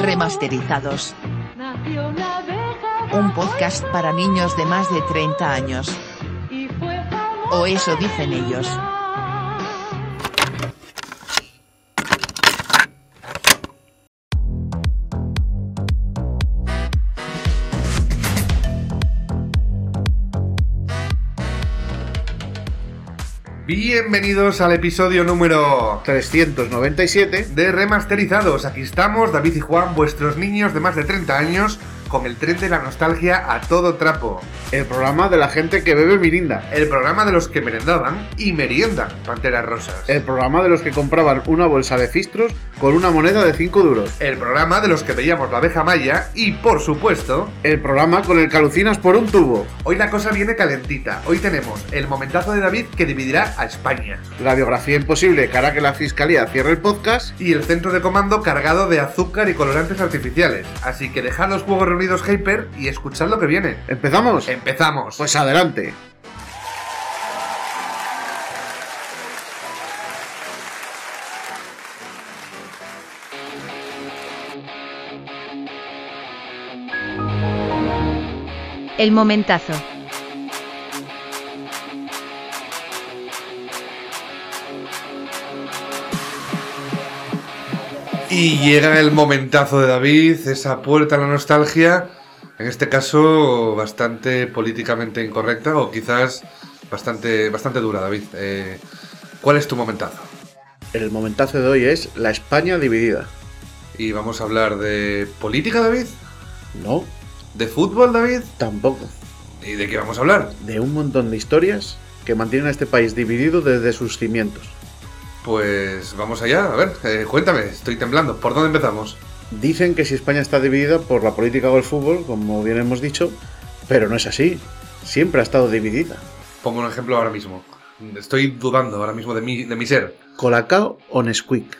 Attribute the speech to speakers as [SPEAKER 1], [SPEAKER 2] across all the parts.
[SPEAKER 1] remasterizados. Un podcast para niños de más de 30 años. O eso dicen ellos.
[SPEAKER 2] Bienvenidos al episodio número
[SPEAKER 3] 397.
[SPEAKER 2] de Remasterizados. Aquí estamos, David y Juan, vuestros niños de más de 30 años, con el tren de la nostalgia a todo trapo.
[SPEAKER 3] El programa de la gente que bebe mirinda.
[SPEAKER 2] El programa de los que merendaban y meriendan Panteras Rosas.
[SPEAKER 3] El programa de los que compraban una bolsa de fistros con una moneda de 5 duros.
[SPEAKER 2] El programa de los que veíamos la abeja maya y, por supuesto,
[SPEAKER 3] El programa con el que alucinas por un tubo.
[SPEAKER 2] hoy la cosa viene calentita. Hoy tenemos el momentazo de David que dividirá a España.
[SPEAKER 3] La biografía imposible que hará que la fiscalía cierre el podcast.
[SPEAKER 2] Y el centro de comando cargado de azúcar y colorantes artificiales. Así que dejad los juegos reunidos Hyper y escuchad lo que viene.
[SPEAKER 3] ¿Empezamos?
[SPEAKER 2] ¡Empezamos!
[SPEAKER 3] Pues adelante.
[SPEAKER 4] El momentazo.
[SPEAKER 2] Y llega el momentazo de David, esa puerta a la nostalgia, en este caso bastante políticamente incorrecta o quizás bastante, bastante dura, David. Eh, ¿Cuál es tu momentazo?
[SPEAKER 3] El momentazo de hoy es la España dividida.
[SPEAKER 2] Y vamos a hablar de política, David,
[SPEAKER 3] No,
[SPEAKER 2] de fútbol, David,
[SPEAKER 3] tampoco.
[SPEAKER 2] ¿y de qué vamos a hablar?
[SPEAKER 3] De un montón de historias que mantienen a este país dividido desde sus cimientos.
[SPEAKER 2] Pues vamos allá, a ver, eh, cuéntame, estoy temblando, ¿por dónde empezamos?
[SPEAKER 3] Dicen que si España está dividida por la política o el fútbol, como bien hemos dicho, pero no es así. Siempre ha estado dividida.
[SPEAKER 2] Pongo un ejemplo ahora mismo. Estoy dudando ahora mismo de mi, de mi ser.
[SPEAKER 3] Colacao o Nesquik.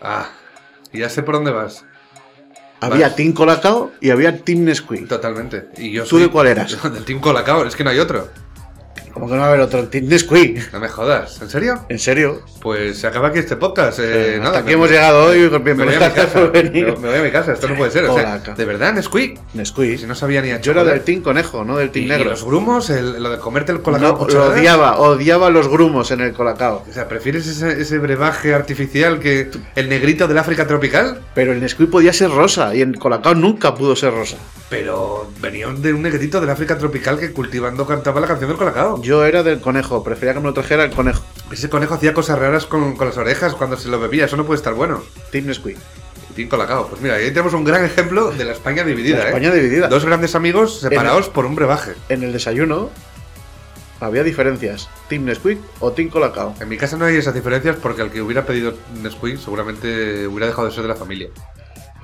[SPEAKER 2] Ah, ya sé por dónde vas.
[SPEAKER 3] Había
[SPEAKER 2] Vale.
[SPEAKER 3] Team Colacao y había Team Nesquik.
[SPEAKER 2] Totalmente. Y yo
[SPEAKER 3] ¿Tú
[SPEAKER 2] soy
[SPEAKER 3] de cuál eras?
[SPEAKER 2] Del Team Colacao, es que no hay otro.
[SPEAKER 3] Como que no va a haber otro Team Nesquik.
[SPEAKER 2] No me jodas, ¿en serio?
[SPEAKER 3] En serio.
[SPEAKER 2] Pues se acaba aquí este podcast. eh,
[SPEAKER 3] Eh,
[SPEAKER 2] nada,
[SPEAKER 3] hasta aquí
[SPEAKER 2] me-
[SPEAKER 3] hemos llegado hoy.
[SPEAKER 2] me voy a
[SPEAKER 3] Bienvenidos
[SPEAKER 2] mi
[SPEAKER 3] a
[SPEAKER 2] casa. Me,
[SPEAKER 3] venir.
[SPEAKER 2] me voy a mi casa, esto no puede ser. o sea,
[SPEAKER 3] Colacao.
[SPEAKER 2] de verdad, Nesquik. Si
[SPEAKER 3] Nesquik.
[SPEAKER 2] no sabía ni a
[SPEAKER 3] Yo era
[SPEAKER 2] chocolate.
[SPEAKER 3] del Team Conejo, no del
[SPEAKER 2] Y-
[SPEAKER 3] Team
[SPEAKER 2] y
[SPEAKER 3] Negro.
[SPEAKER 2] los grumos, el- lo de comerte el colacao.
[SPEAKER 3] No,
[SPEAKER 2] con
[SPEAKER 3] lo
[SPEAKER 2] chocolate.
[SPEAKER 3] odiaba, odiaba los grumos en el Colacao.
[SPEAKER 2] O sea, ¿prefieres ese, ese brebaje artificial que el negrito del África tropical?
[SPEAKER 3] Pero el Nesquik podía ser rosa y el Colacao nunca pudo ser rosa.
[SPEAKER 2] Pero venía de un negrito del África tropical que cultivando cantaba la canción del colacao.
[SPEAKER 3] Yo era del conejo, prefería que me lo trajera el conejo.
[SPEAKER 2] Ese conejo hacía cosas raras con, con las orejas cuando se lo bebía, eso no puede estar bueno.
[SPEAKER 3] Team Nesquik.
[SPEAKER 2] Team Colacao. Pues mira, ahí tenemos un gran ejemplo de la España dividida.
[SPEAKER 3] La
[SPEAKER 2] ¿eh?
[SPEAKER 3] España dividida.
[SPEAKER 2] Dos grandes amigos separados por un brebaje.
[SPEAKER 3] En el desayuno había diferencias. Team Nesquik o Team Colacao.
[SPEAKER 2] En mi casa no hay esas diferencias porque el que hubiera pedido Nesquik seguramente hubiera dejado de ser de la familia.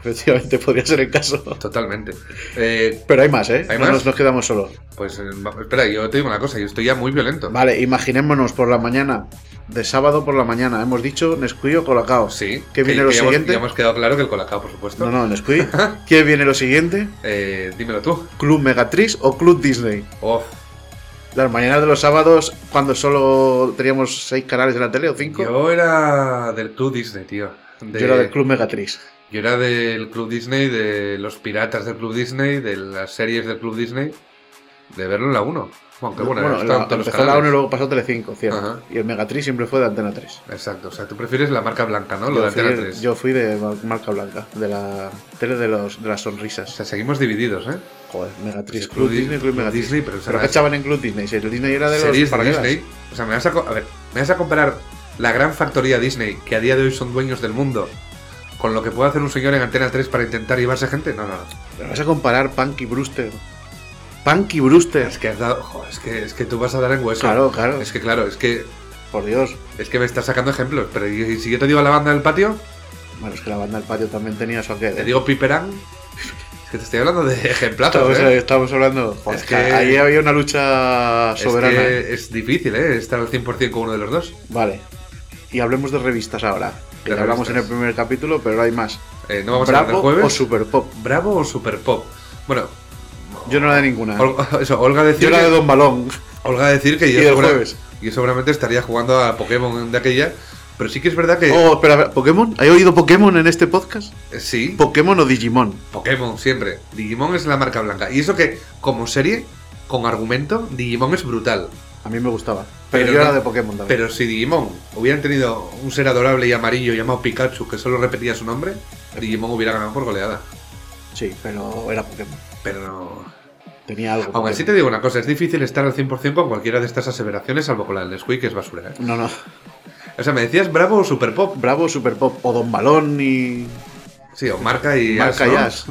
[SPEAKER 3] Efectivamente, podría ser el caso.
[SPEAKER 2] Totalmente. Eh,
[SPEAKER 3] Pero hay más, ¿eh?
[SPEAKER 2] ¿Hay
[SPEAKER 3] no
[SPEAKER 2] más?
[SPEAKER 3] nos nos quedamos solos.
[SPEAKER 2] pues eh, va- espera, yo te digo una cosa, yo estoy ya muy violento.
[SPEAKER 3] Vale, imaginémonos por la mañana, de sábado por la mañana, hemos dicho Nesquik o Colacao.
[SPEAKER 2] Sí.
[SPEAKER 3] ¿Qué viene lo
[SPEAKER 2] ya hemos-
[SPEAKER 3] siguiente?
[SPEAKER 2] ya hemos quedado claro que el Colacao, por supuesto.
[SPEAKER 3] No, no, Nesquik. ¿Qué viene lo siguiente?
[SPEAKER 2] Eh, dímelo tú.
[SPEAKER 3] ¿Club Megatrix o Club Disney?
[SPEAKER 2] Uf,
[SPEAKER 3] Las mañanas de los sábados, cuando solo teníamos seis canales de la tele o cinco, yo,
[SPEAKER 2] yo era del Club Disney, tío. De-
[SPEAKER 3] era del Club Megatrix.
[SPEAKER 2] Yo era del Club Disney, de los piratas del Club Disney, de las series del Club Disney, de verlo en la 1. Aunque bueno, estaban
[SPEAKER 3] la-
[SPEAKER 2] todos los
[SPEAKER 3] empezó la
[SPEAKER 2] canales.
[SPEAKER 3] 1 y luego pasó Telecinco, cierto.
[SPEAKER 2] Ajá.
[SPEAKER 3] Y el Megatrix siempre fue de Antena 3.
[SPEAKER 2] Exacto, o sea, tú prefieres la marca blanca, ¿no? Ah, Lo de
[SPEAKER 3] Yo
[SPEAKER 2] Antena
[SPEAKER 3] fui,
[SPEAKER 2] 3.
[SPEAKER 3] yo fui de mar- marca blanca, de la tele de, los, de las
[SPEAKER 2] O
[SPEAKER 3] sonrisas.
[SPEAKER 2] sea, seguimos divididos, ¿eh?
[SPEAKER 3] Joder, Megatrix,
[SPEAKER 2] Sí,
[SPEAKER 3] Club
[SPEAKER 2] Club
[SPEAKER 3] Disney,
[SPEAKER 2] Disney,
[SPEAKER 3] Club
[SPEAKER 2] Club
[SPEAKER 3] Megatrix.
[SPEAKER 2] Disney, pero se
[SPEAKER 3] pero
[SPEAKER 2] llama-
[SPEAKER 3] ¿qué echaban en Club Disney? Si el Disney era de los
[SPEAKER 2] Series de
[SPEAKER 3] paraguas.
[SPEAKER 2] Disney. O sea, me vas a, co- a ver, me vas a comparar la gran factoría Disney, que a día de hoy son dueños del mundo, con lo que puede hacer un señor en Antena 3 para intentar llevarse gente. No, no, no.
[SPEAKER 3] Pero vas a comparar Punky Brewster. Punky Brewster.
[SPEAKER 2] Es que has dado. jo, es, que, es que tú vas a dar en hueso.
[SPEAKER 3] Claro, claro.
[SPEAKER 2] Es que, claro, es que,
[SPEAKER 3] Por Dios.
[SPEAKER 2] es que me estás sacando ejemplos. Pero ¿y- y si yo te digo la banda del patio.
[SPEAKER 3] Bueno, es que la banda del patio también tenía su aquel.
[SPEAKER 2] Te
[SPEAKER 3] ¿eh?
[SPEAKER 2] digo Piperán. Es que te estoy hablando de ejemplazos.
[SPEAKER 3] Estamos,
[SPEAKER 2] ¿eh?
[SPEAKER 3] estamos hablando. Joder,
[SPEAKER 2] Es que-
[SPEAKER 3] Ahí había una lucha
[SPEAKER 2] Es
[SPEAKER 3] soberana.
[SPEAKER 2] que es difícil, ¿eh? Estar al 100% con uno de los dos.
[SPEAKER 3] Vale. Y hablemos de revistas ahora. Que
[SPEAKER 2] De
[SPEAKER 3] ya hablamos en el
[SPEAKER 2] revistas.
[SPEAKER 3] primer capítulo, pero ahora hay más.
[SPEAKER 2] Eh, no vamos a hablar del
[SPEAKER 3] Bravo o
[SPEAKER 2] jueves.
[SPEAKER 3] Super Pop.
[SPEAKER 2] Bravo o Super Pop. Bueno,
[SPEAKER 3] Yo no la de ninguna.
[SPEAKER 2] Olga, eso, Olga
[SPEAKER 3] Ah. Yo Oh,
[SPEAKER 2] decir.
[SPEAKER 3] la de
[SPEAKER 2] que-
[SPEAKER 3] Don Balón.
[SPEAKER 2] Olga decir que
[SPEAKER 3] Y
[SPEAKER 2] yo,
[SPEAKER 3] del
[SPEAKER 2] segura-
[SPEAKER 3] jueves.
[SPEAKER 2] yo seguramente estaría jugando a Pokémon de aquella Pero sí que es verdad que.
[SPEAKER 3] Oh, espera, espera, ¿Pokémon? ¿Hay oído Pokémon en este podcast?
[SPEAKER 2] eh, Sí,
[SPEAKER 3] ¿Pokémon o Digimon?
[SPEAKER 2] Pokémon siempre. Digimon es la marca blanca. Y eso que, como serie, con argumento, Digimon es brutal.
[SPEAKER 3] A mí me gustaba. Pero,
[SPEAKER 2] Pero
[SPEAKER 3] yo
[SPEAKER 2] no-
[SPEAKER 3] era de Pokémon también.
[SPEAKER 2] Pero si Digimon hubieran tenido un ser adorable y amarillo llamado Pikachu que solo repetía su nombre, Digimon hubiera ganado por goleada.
[SPEAKER 3] Sí, pero era Pokémon.
[SPEAKER 2] Pero no.
[SPEAKER 3] Tenía algo.
[SPEAKER 2] Aunque así te digo una cosa, es difícil estar al 100% con cualquiera de estas aseveraciones, salvo con la del Nesquik, que es basura. ¿eh?
[SPEAKER 3] No, no.
[SPEAKER 2] O sea, me decías Bravo o Super Pop.
[SPEAKER 3] Bravo, Super Pop. O Don Balón y.
[SPEAKER 2] Sí, o Marca y
[SPEAKER 3] Marca
[SPEAKER 2] As, ¿no?
[SPEAKER 3] Jazz.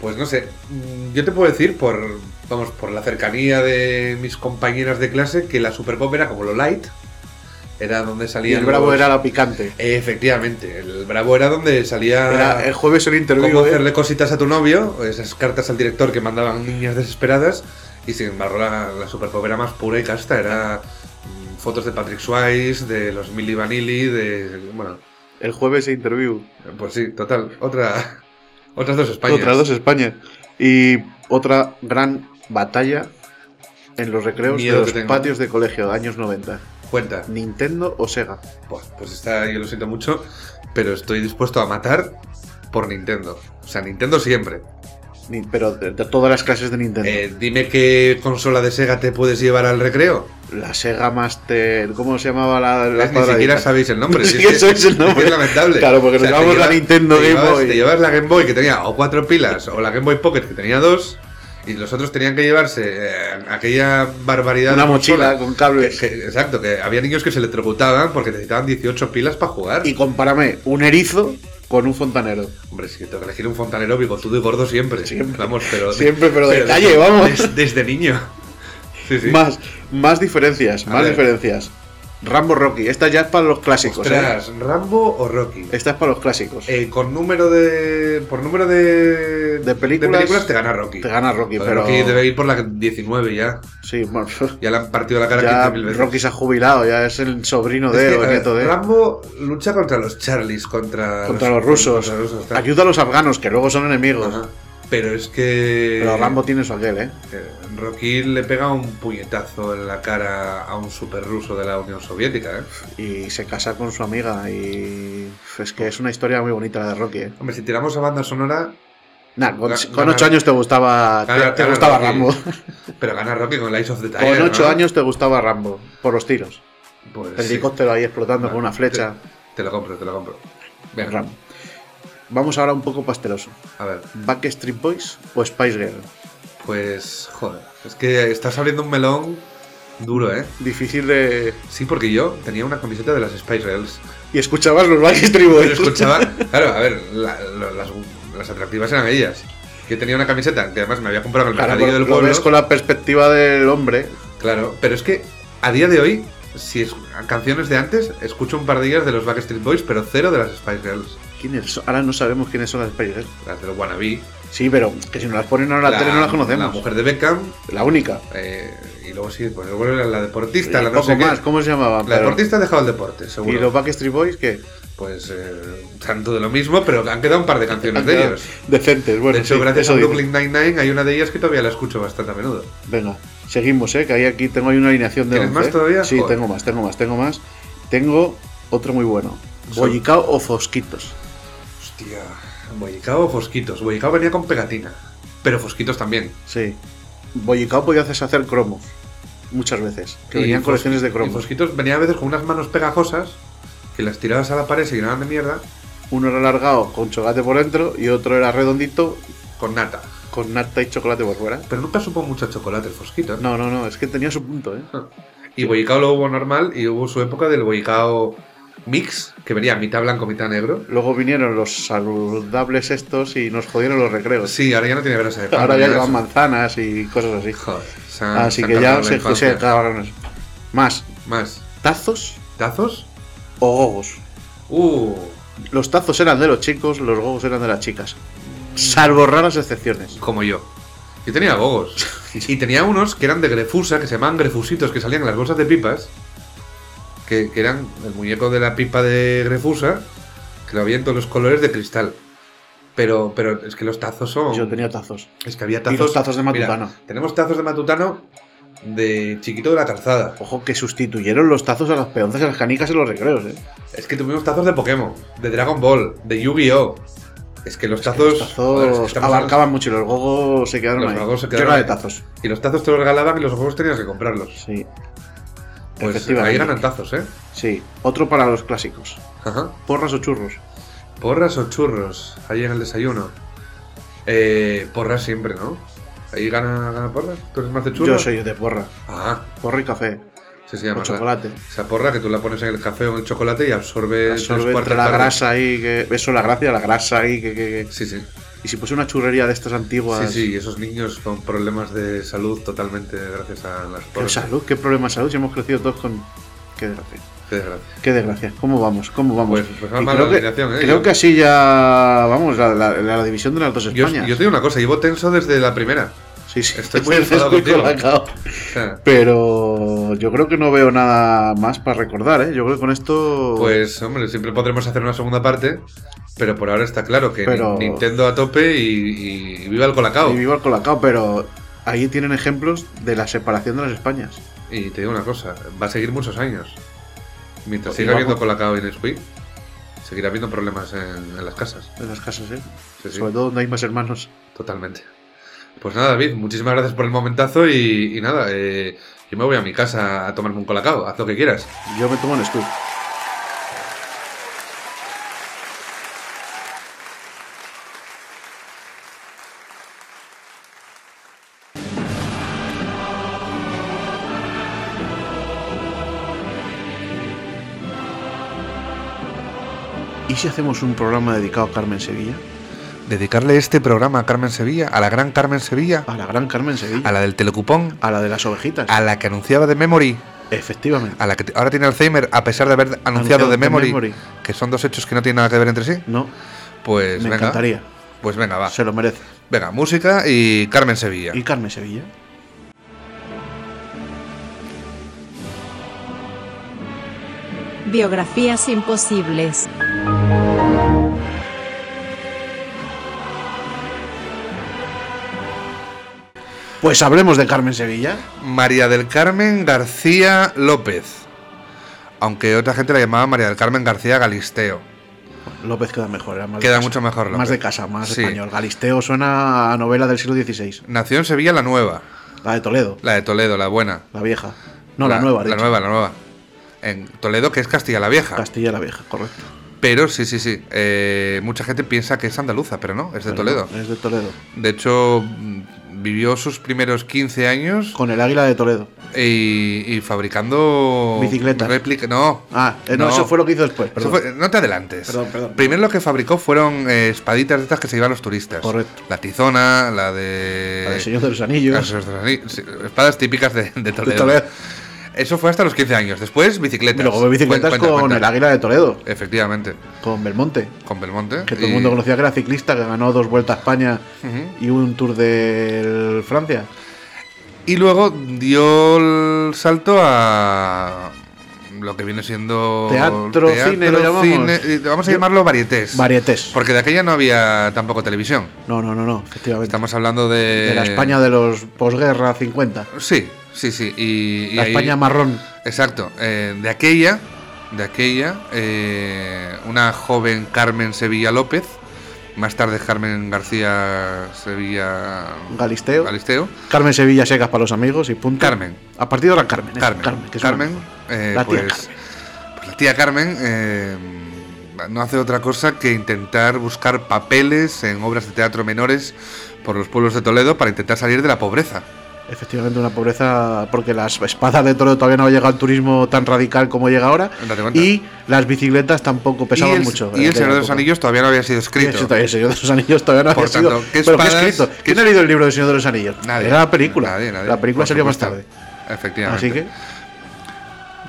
[SPEAKER 2] Pues no sé, mm, yo te puedo decir por, vamos, por la cercanía de mis compañeras de clase que la Super Pop era como lo light, era donde
[SPEAKER 3] Y
[SPEAKER 2] salía...
[SPEAKER 3] el Bravo era la picante.
[SPEAKER 2] Efectivamente, el Bravo era donde salía...
[SPEAKER 3] Era el jueves el
[SPEAKER 2] Ah, cómo
[SPEAKER 3] interview. ¿eh?
[SPEAKER 2] hacerle cositas a tu novio, Pues esas cartas al director que mandaban niñas desesperadas, y sin embargo la, la Super Pop era más pura y casta, era mm, fotos de Patrick Swayze, de los Milli Vanilli, de... bueno,
[SPEAKER 3] El jueves el interview.
[SPEAKER 2] pues sí, total, otra... Otras dos Españas.
[SPEAKER 3] Otras dos España. Y otra gran batalla en los recreos
[SPEAKER 2] Miedo
[SPEAKER 3] de
[SPEAKER 2] que
[SPEAKER 3] los
[SPEAKER 2] tengo.
[SPEAKER 3] patios de colegio, años 90.
[SPEAKER 2] Cuenta.
[SPEAKER 3] Nintendo o Sega.
[SPEAKER 2] Pues, pues está, yo lo siento mucho, pero estoy dispuesto a matar por Nintendo. O sea, Nintendo siempre.
[SPEAKER 3] Ni- Pero de, de todas las clases de Nintendo.
[SPEAKER 2] Eh, dime qué consola de Sega te puedes llevar al recreo.
[SPEAKER 3] La Sega Master. ¿Cómo se llamaba la, la
[SPEAKER 2] ¿Ves? Ni siquiera
[SPEAKER 3] cuadradita?
[SPEAKER 2] sabéis el nombre.
[SPEAKER 3] Sí,
[SPEAKER 2] si es que-
[SPEAKER 3] eso es el
[SPEAKER 2] que
[SPEAKER 3] nombre.
[SPEAKER 2] Es lamentable.
[SPEAKER 3] Claro, porque nos
[SPEAKER 2] te
[SPEAKER 3] llevamos la
[SPEAKER 2] llevas-
[SPEAKER 3] Nintendo
[SPEAKER 2] te
[SPEAKER 3] Game
[SPEAKER 2] llevabas-
[SPEAKER 3] Boy.
[SPEAKER 2] Te llevas la Game Boy que tenía o cuatro pilas o la Game Boy Pocket que tenía dos y los otros tenían que llevarse eh, aquella barbaridad.
[SPEAKER 3] Una
[SPEAKER 2] de consola
[SPEAKER 3] mochila con cables.
[SPEAKER 2] que- que- exacto, que había niños que se electrocutaban porque necesitaban 18 pilas para jugar.
[SPEAKER 3] Y compárame un erizo con un fontanero.
[SPEAKER 2] Hombre, si tengo que elegir un fontanero bigotudo y gordo siempre.
[SPEAKER 3] Siempre.
[SPEAKER 2] Vamos, pero.
[SPEAKER 3] Siempre, pero de calle, vamos.
[SPEAKER 2] des- desde niño. Sí, sí.
[SPEAKER 3] Más, más diferencias,
[SPEAKER 2] A
[SPEAKER 3] más
[SPEAKER 2] ver.
[SPEAKER 3] diferencias. Rambo Rocky, esta ya es para los clásicos. ¿eh?
[SPEAKER 2] Ostras, ¿Rambo o Rocky?
[SPEAKER 3] Esta es para los clásicos.
[SPEAKER 2] Eh, con número de. Por número de.
[SPEAKER 3] De películas-
[SPEAKER 2] te gana Rocky.
[SPEAKER 3] Te gana Rocky,
[SPEAKER 2] Joder,
[SPEAKER 3] pero.
[SPEAKER 2] Rocky debe ir por la 19 ya.
[SPEAKER 3] Sí, bueno.
[SPEAKER 2] Ya le han partido la cara
[SPEAKER 3] Ya
[SPEAKER 2] 15.000 veces.
[SPEAKER 3] Rocky se ha jubilado, ya es el sobrino
[SPEAKER 2] Es que,
[SPEAKER 3] de o
[SPEAKER 2] a
[SPEAKER 3] el
[SPEAKER 2] ver,
[SPEAKER 3] nieto de.
[SPEAKER 2] Rambo lucha contra los Charlies, contra.
[SPEAKER 3] Contra los rusos.
[SPEAKER 2] contra los rusos, tal.
[SPEAKER 3] Ayuda a los afganos, que luego son enemigos.
[SPEAKER 2] Ajá. Pero es que.
[SPEAKER 3] Pero Rambo tiene su aquel, ¿eh?
[SPEAKER 2] Eh, Rocky le pega un puñetazo en la cara a un super ruso de la Unión Soviética. ¿eh?
[SPEAKER 3] Y se casa con su amiga. Y. Es que es una historia muy bonita la de Rocky, ¿eh?
[SPEAKER 2] Hombre, si tiramos a banda sonora,
[SPEAKER 3] Nah, con,
[SPEAKER 2] Ga-
[SPEAKER 3] con
[SPEAKER 2] gana-
[SPEAKER 3] ocho años te gustaba.
[SPEAKER 2] gana-
[SPEAKER 3] te- te
[SPEAKER 2] gana
[SPEAKER 3] gustaba
[SPEAKER 2] Rocky.
[SPEAKER 3] Rambo.
[SPEAKER 2] pero gana Rocky con Lights of the Tiger.
[SPEAKER 3] Con ocho
[SPEAKER 2] ¿no?
[SPEAKER 3] años te gustaba Rambo. Por los tiros.
[SPEAKER 2] Pues
[SPEAKER 3] El
[SPEAKER 2] sí,
[SPEAKER 3] helicóptero ahí explotando con
[SPEAKER 2] Vale,
[SPEAKER 3] una flecha.
[SPEAKER 2] Te lo compro, te lo compro. Venga,
[SPEAKER 3] Rambo. Vamos ahora un poco pasteloso.
[SPEAKER 2] a ver,
[SPEAKER 3] ¿Backstreet Boys o Spice Girl?
[SPEAKER 2] pues joder, es que estás abriendo un melón duro, ¿eh?
[SPEAKER 3] Difícil de.
[SPEAKER 2] Sí, porque yo tenía una camiseta de las Spice Girls.
[SPEAKER 3] Y escuchabas los Backstreet
[SPEAKER 2] Pero
[SPEAKER 3] Boys.
[SPEAKER 2] escuchaba, claro, a ver, la- lo- las, las atractivas eran ellas. Yo tenía una camiseta que además me había comprado en el
[SPEAKER 3] Claro,
[SPEAKER 2] mercadillo
[SPEAKER 3] lo-
[SPEAKER 2] del
[SPEAKER 3] lo
[SPEAKER 2] pueblo.
[SPEAKER 3] ves con la perspectiva del hombre.
[SPEAKER 2] Claro, pero es que a día de hoy, si es canciones de antes, escucho un par de ellas de los Backstreet Boys, pero cero de las Spice Girls.
[SPEAKER 3] ¿Quiénes son? Ahora no sabemos quiénes son las Spice Girls.
[SPEAKER 2] Las del Wannabe.
[SPEAKER 3] Sí, pero que si no las ponen ahora en la, tele no las conocemos.
[SPEAKER 2] La mujer de Beckham.
[SPEAKER 3] La única.
[SPEAKER 2] eh, y luego sí, pues luego era la deportista,
[SPEAKER 3] Y
[SPEAKER 2] la no
[SPEAKER 3] poco
[SPEAKER 2] sé qué.
[SPEAKER 3] más, ¿cómo se llamaban?
[SPEAKER 2] La
[SPEAKER 3] Pero-
[SPEAKER 2] deportista ha dejado el deporte, seguro.
[SPEAKER 3] ¿Y los Backstreet Boys qué?
[SPEAKER 2] Pues eh, tanto de lo mismo, pero han quedado un par de canciones de ellos.
[SPEAKER 3] Decentes, bueno.
[SPEAKER 2] de hecho,
[SPEAKER 3] sí,
[SPEAKER 2] gracias
[SPEAKER 3] eso
[SPEAKER 2] a
[SPEAKER 3] digo.
[SPEAKER 2] Brooklyn Nine-Nine hay una de ellas que todavía la escucho bastante a menudo.
[SPEAKER 3] Venga, seguimos, ¿eh? Que ahí aquí tengo ahí una alineación de
[SPEAKER 2] ¿Tienes
[SPEAKER 3] 11,
[SPEAKER 2] más
[SPEAKER 3] ¿eh?
[SPEAKER 2] todavía?
[SPEAKER 3] Sí,
[SPEAKER 2] Joder.
[SPEAKER 3] tengo más, tengo más, tengo más. Tengo otro muy bueno.
[SPEAKER 2] Sí.
[SPEAKER 3] Bollicao o Fosquitos.
[SPEAKER 2] Hostia, Boyicao o Fosquitos. Boyicao venía con pegatina, pero Fosquitos también.
[SPEAKER 3] Sí. Bollicao podías hacer cromos. Muchas veces. Que venían
[SPEAKER 2] Fos-
[SPEAKER 3] colecciones de
[SPEAKER 2] Y
[SPEAKER 3] cromos.
[SPEAKER 2] Fosquitos venía a veces con unas manos pegajosas que las tirabas a la pared se llenaban de mierda
[SPEAKER 3] Uno era alargado con chocolate por dentro y otro era redondito
[SPEAKER 2] con nata.
[SPEAKER 3] con nata y chocolate por fuera.
[SPEAKER 2] Pero nunca supo mucho a chocolate el Fosquito. ¿eh?
[SPEAKER 3] No, no, no, es que tenía su punto, ¿eh?
[SPEAKER 2] Y Boyicao lo hubo normal y hubo su época del Boyicao mix, que venía mitad blanco, mitad negro.
[SPEAKER 3] Luego vinieron los saludables estos y nos jodieron los recreos.
[SPEAKER 2] Sí, ahora ya no tiene grasa de pan.
[SPEAKER 3] Ahora ya llevan
[SPEAKER 2] más.
[SPEAKER 3] manzanas y cosas así.
[SPEAKER 2] Joder, se han-
[SPEAKER 3] Así
[SPEAKER 2] Ah, se han
[SPEAKER 3] que
[SPEAKER 2] cargado
[SPEAKER 3] ya
[SPEAKER 2] la
[SPEAKER 3] se,
[SPEAKER 2] infancia.
[SPEAKER 3] se acabaron eso. Más,
[SPEAKER 2] Más.
[SPEAKER 3] tazos
[SPEAKER 2] ¿Tazos?
[SPEAKER 3] o gogos.
[SPEAKER 2] Uh.
[SPEAKER 3] Los tazos eran de los chicos, los gogos eran de las chicas. Salvo raras excepciones.
[SPEAKER 2] Como yo. Yo tenía gogos. Y tenía unos que eran de Grefusa, que se llamaban Grefusitos, que salían en las bolsas de pipas. Que, que eran el muñeco de la pipa de Grefusa, que lo había en todos los colores de cristal. Pero, pero es que los tazos son.
[SPEAKER 3] Yo tenía tazos.
[SPEAKER 2] Es que había
[SPEAKER 3] Y
[SPEAKER 2] tazos.
[SPEAKER 3] los tazos de
[SPEAKER 2] Mira,
[SPEAKER 3] matutano.
[SPEAKER 2] tenemos tazos de matutano de Chiquito de la Calzada.
[SPEAKER 3] Ojo que sustituyeron los tazos a las peonzas y a las canicas en los recreos, ¿eh?
[SPEAKER 2] Es que tuvimos tazos de Pokémon, de Dragon Ball, de Yu-Gi-Oh! Es que los tazos,
[SPEAKER 3] Los tazos
[SPEAKER 2] bueno, Pues, es que estamos
[SPEAKER 3] abarcaban mucho y los gogos se quedaron
[SPEAKER 2] Los
[SPEAKER 3] ahí.
[SPEAKER 2] gogos se
[SPEAKER 3] Yo
[SPEAKER 2] quedaron
[SPEAKER 3] era de
[SPEAKER 2] ahí.
[SPEAKER 3] tazos.
[SPEAKER 2] hablando- Y los tazos te los regalaban y los juegos tenías que comprarlos.
[SPEAKER 3] Sí.
[SPEAKER 2] Pues
[SPEAKER 3] Efectivamente.
[SPEAKER 2] ahí ganan tazos, ¿eh?
[SPEAKER 3] Sí. Otro para los clásicos.
[SPEAKER 2] Ajá.
[SPEAKER 3] Porras o churros.
[SPEAKER 2] Porras o churros, ahí en el desayuno. Eh, porras siempre, ¿no? Ahí gana, gana porras. ¿Tú eres más de churros?
[SPEAKER 3] Yo soy de porra.
[SPEAKER 2] Ah,
[SPEAKER 3] Porra y café.
[SPEAKER 2] sí se llama.
[SPEAKER 3] o
[SPEAKER 2] ¿verdad?
[SPEAKER 3] chocolate.
[SPEAKER 2] Esa porra que tú la pones en el café o en el chocolate y absorbe, tres
[SPEAKER 3] Absorbe
[SPEAKER 2] cuartas
[SPEAKER 3] entre la
[SPEAKER 2] partes.
[SPEAKER 3] grasa ahí, que... eso la gracia, la grasa ahí, que, que- que-
[SPEAKER 2] Sí, sí.
[SPEAKER 3] Y si puse una churrería de estas antiguas...
[SPEAKER 2] Sí, sí, esos niños con problemas de salud totalmente gracias a las
[SPEAKER 3] Qué
[SPEAKER 2] porras.
[SPEAKER 3] salud, qué problema de salud, si hemos crecido todos con... Qué desgracia.
[SPEAKER 2] Qué desgracia.
[SPEAKER 3] Qué desgracia. ¿Cómo vamos? ¿Cómo vamos?
[SPEAKER 2] Pues- pues
[SPEAKER 3] Y
[SPEAKER 2] una mala
[SPEAKER 3] creo, que,
[SPEAKER 2] alineación, ¿eh?
[SPEAKER 3] creo
[SPEAKER 2] Yo-
[SPEAKER 3] que así ya... Vamos, la, la- la- la división de las dos
[SPEAKER 2] Yo,
[SPEAKER 3] Españas.
[SPEAKER 2] yo te digo una cosa, llevo tenso desde la primera.
[SPEAKER 3] Sí, sí.
[SPEAKER 2] estoy muy enfadado
[SPEAKER 3] muy
[SPEAKER 2] contigo.
[SPEAKER 3] colocado.
[SPEAKER 2] O sea,
[SPEAKER 3] Pero yo creo que no veo nada más para recordar, ¿eh? Yo creo que con esto...
[SPEAKER 2] Pues, hombre, siempre podremos hacer una segunda parte, pero por ahora está claro que
[SPEAKER 3] Pero-
[SPEAKER 2] Ni- Nintendo a tope y, y- y viva el colacao.
[SPEAKER 3] Y viva el colacao, pero ahí tienen ejemplos de la separación de las Españas.
[SPEAKER 2] Y te digo una cosa, va a seguir muchos años. Mientras
[SPEAKER 3] Y
[SPEAKER 2] siga
[SPEAKER 3] vamos-
[SPEAKER 2] habiendo colacao y Nesquik, seguirá habiendo problemas en, en las casas.
[SPEAKER 3] En las casas, ¿eh?
[SPEAKER 2] Sí, sí,
[SPEAKER 3] Sobre todo donde hay más hermanos.
[SPEAKER 2] totalmente. Pues nada, David, muchísimas gracias por el momentazo y, y nada, eh, yo me voy a mi casa a tomarme un colacao, haz lo que quieras.
[SPEAKER 3] Yo me tomo un scoop. ¿Y si hacemos un programa dedicado a Carmen Sevilla?
[SPEAKER 2] Dedicarle este programa a Carmen Sevilla, a la gran Carmen Sevilla,
[SPEAKER 3] A la gran Carmen Sevilla.
[SPEAKER 2] a la del telecupón,
[SPEAKER 3] A la de las ovejitas.
[SPEAKER 2] a la que anunciaba de Memory,
[SPEAKER 3] Efectivamente.
[SPEAKER 2] a la que t- ahora tiene Alzheimer a pesar de haber anunciado,
[SPEAKER 3] Anunciado
[SPEAKER 2] de
[SPEAKER 3] The
[SPEAKER 2] memory,
[SPEAKER 3] Memory.
[SPEAKER 2] que son dos hechos que no tienen nada que ver entre sí,
[SPEAKER 3] No,
[SPEAKER 2] pues
[SPEAKER 3] me
[SPEAKER 2] venga,
[SPEAKER 3] encantaría.
[SPEAKER 2] pues venga, va.
[SPEAKER 3] Se lo merece.
[SPEAKER 2] Venga, música y Carmen Sevilla.
[SPEAKER 3] ¿Y Carmen Sevilla?
[SPEAKER 5] Biografías imposibles.
[SPEAKER 3] Pues hablemos de Carmen Sevilla.
[SPEAKER 2] María del Carmen García López. Aunque otra gente la llamaba María del Carmen García Galisteo.
[SPEAKER 3] López queda mejor, era más de
[SPEAKER 2] Queda
[SPEAKER 3] casa.
[SPEAKER 2] mucho mejor, López.
[SPEAKER 3] Más de casa, más
[SPEAKER 2] Sí.
[SPEAKER 3] español. Galisteo suena a novela del siglo XVI.
[SPEAKER 2] Nació en Sevilla la nueva,
[SPEAKER 3] La de Toledo,
[SPEAKER 2] la de Toledo, la buena.
[SPEAKER 3] la vieja. No, la, nueva, de
[SPEAKER 2] La
[SPEAKER 3] hecho.
[SPEAKER 2] nueva, la nueva. En Toledo, que es Castilla la Vieja.
[SPEAKER 3] Castilla la vieja, correcto.
[SPEAKER 2] Pero sí, sí, sí. eh, mucha gente piensa que es andaluza, pero no, es de
[SPEAKER 3] Pero
[SPEAKER 2] Toledo.
[SPEAKER 3] no, eh. Es de Toledo.
[SPEAKER 2] De hecho, mm, vivió sus primeros 15 años
[SPEAKER 3] Con el águila de Toledo.
[SPEAKER 2] y, y fabricando.
[SPEAKER 3] Bicicletas.
[SPEAKER 2] réplica- No.
[SPEAKER 3] Ah, eh, no,
[SPEAKER 2] No.
[SPEAKER 3] eso fue lo que hizo después.
[SPEAKER 2] Eso
[SPEAKER 3] perdón.
[SPEAKER 2] fue- no te adelantes.
[SPEAKER 3] Perdón, perdón.
[SPEAKER 2] Primero lo que fabricó fueron eh, espaditas de estas que se llevan los turistas.
[SPEAKER 3] Correcto.
[SPEAKER 2] La tizona, la de...
[SPEAKER 3] La del Señor de los Anillos.
[SPEAKER 2] la de los Anillos, sí, espadas típicas de, de Toledo.
[SPEAKER 3] De Toledo.
[SPEAKER 2] Eso fue hasta los 15 años. Después
[SPEAKER 3] Y
[SPEAKER 2] bicicletas.
[SPEAKER 3] luego bicicletas
[SPEAKER 2] Cuenta,
[SPEAKER 3] con
[SPEAKER 2] cuenta.
[SPEAKER 3] el águila de Toledo.
[SPEAKER 2] Efectivamente,
[SPEAKER 3] Con Belmonte.
[SPEAKER 2] con Belmonte.
[SPEAKER 3] Que todo el
[SPEAKER 2] y-
[SPEAKER 3] mundo conocía que era ciclista, que ganó dos vueltas a España
[SPEAKER 2] Ujú.
[SPEAKER 3] y un tour de Francia.
[SPEAKER 2] Y luego dio el salto a lo que viene siendo...
[SPEAKER 3] Teatro, cine, lo llamamos.
[SPEAKER 2] eh, vamos a llamarlo varietés.
[SPEAKER 3] Varietés.
[SPEAKER 2] Porque de aquella no había tampoco televisión.
[SPEAKER 3] No, no, no, no, efectivamente.
[SPEAKER 2] Estamos eh, hablando de...
[SPEAKER 3] de la España de los posguerra 50.
[SPEAKER 2] Sí, sí, sí. Y, y
[SPEAKER 3] la
[SPEAKER 2] ahí-
[SPEAKER 3] España marrón.
[SPEAKER 2] Exacto. eh, de aquella, de aquella, eh, una joven Carmen Sevilla López, más tarde Carmen García Sevilla
[SPEAKER 3] Galisteo.
[SPEAKER 2] Galisteo.
[SPEAKER 3] Carmen Sevilla secas para los amigos y punto.
[SPEAKER 2] Carmen.
[SPEAKER 3] A partir de ahora Carmen. ¿eh?
[SPEAKER 2] Carmen.
[SPEAKER 3] Carmen. que es
[SPEAKER 2] Carmen,
[SPEAKER 3] una-
[SPEAKER 2] eh,
[SPEAKER 3] La tía
[SPEAKER 2] pues,
[SPEAKER 3] Carmen.
[SPEAKER 2] pues la tía Carmen eh, no hace otra cosa que intentar buscar papeles en obras de teatro menores por los pueblos de Toledo para intentar salir de la pobreza.
[SPEAKER 3] Efectivamente una pobreza porque las espadas de toro todavía no había llegado al turismo tan radical como llega ahora.
[SPEAKER 2] Date cuenta.
[SPEAKER 3] Y las bicicletas tampoco pesaban
[SPEAKER 2] y el,
[SPEAKER 3] mucho.
[SPEAKER 2] y
[SPEAKER 3] en
[SPEAKER 2] el Señor
[SPEAKER 3] aquella
[SPEAKER 2] de los
[SPEAKER 3] época.
[SPEAKER 2] Anillos todavía no había sido
[SPEAKER 3] Y
[SPEAKER 2] escrito.
[SPEAKER 3] eso todavía, el Señor de los Anillos todavía no
[SPEAKER 2] Por
[SPEAKER 3] había
[SPEAKER 2] tanto,
[SPEAKER 3] sido.
[SPEAKER 2] ¿qué
[SPEAKER 3] Bueno, ¿qué
[SPEAKER 2] espadas?
[SPEAKER 3] escrito? ¿Quién
[SPEAKER 2] ¿Qué-
[SPEAKER 3] ha leído el libro del Señor de los Anillos?
[SPEAKER 2] Nadie.
[SPEAKER 3] Era la película.
[SPEAKER 2] Nadie, nadie,
[SPEAKER 3] la película
[SPEAKER 2] por
[SPEAKER 3] salió más tarde.
[SPEAKER 2] supuesto. Efectivamente.
[SPEAKER 3] Así que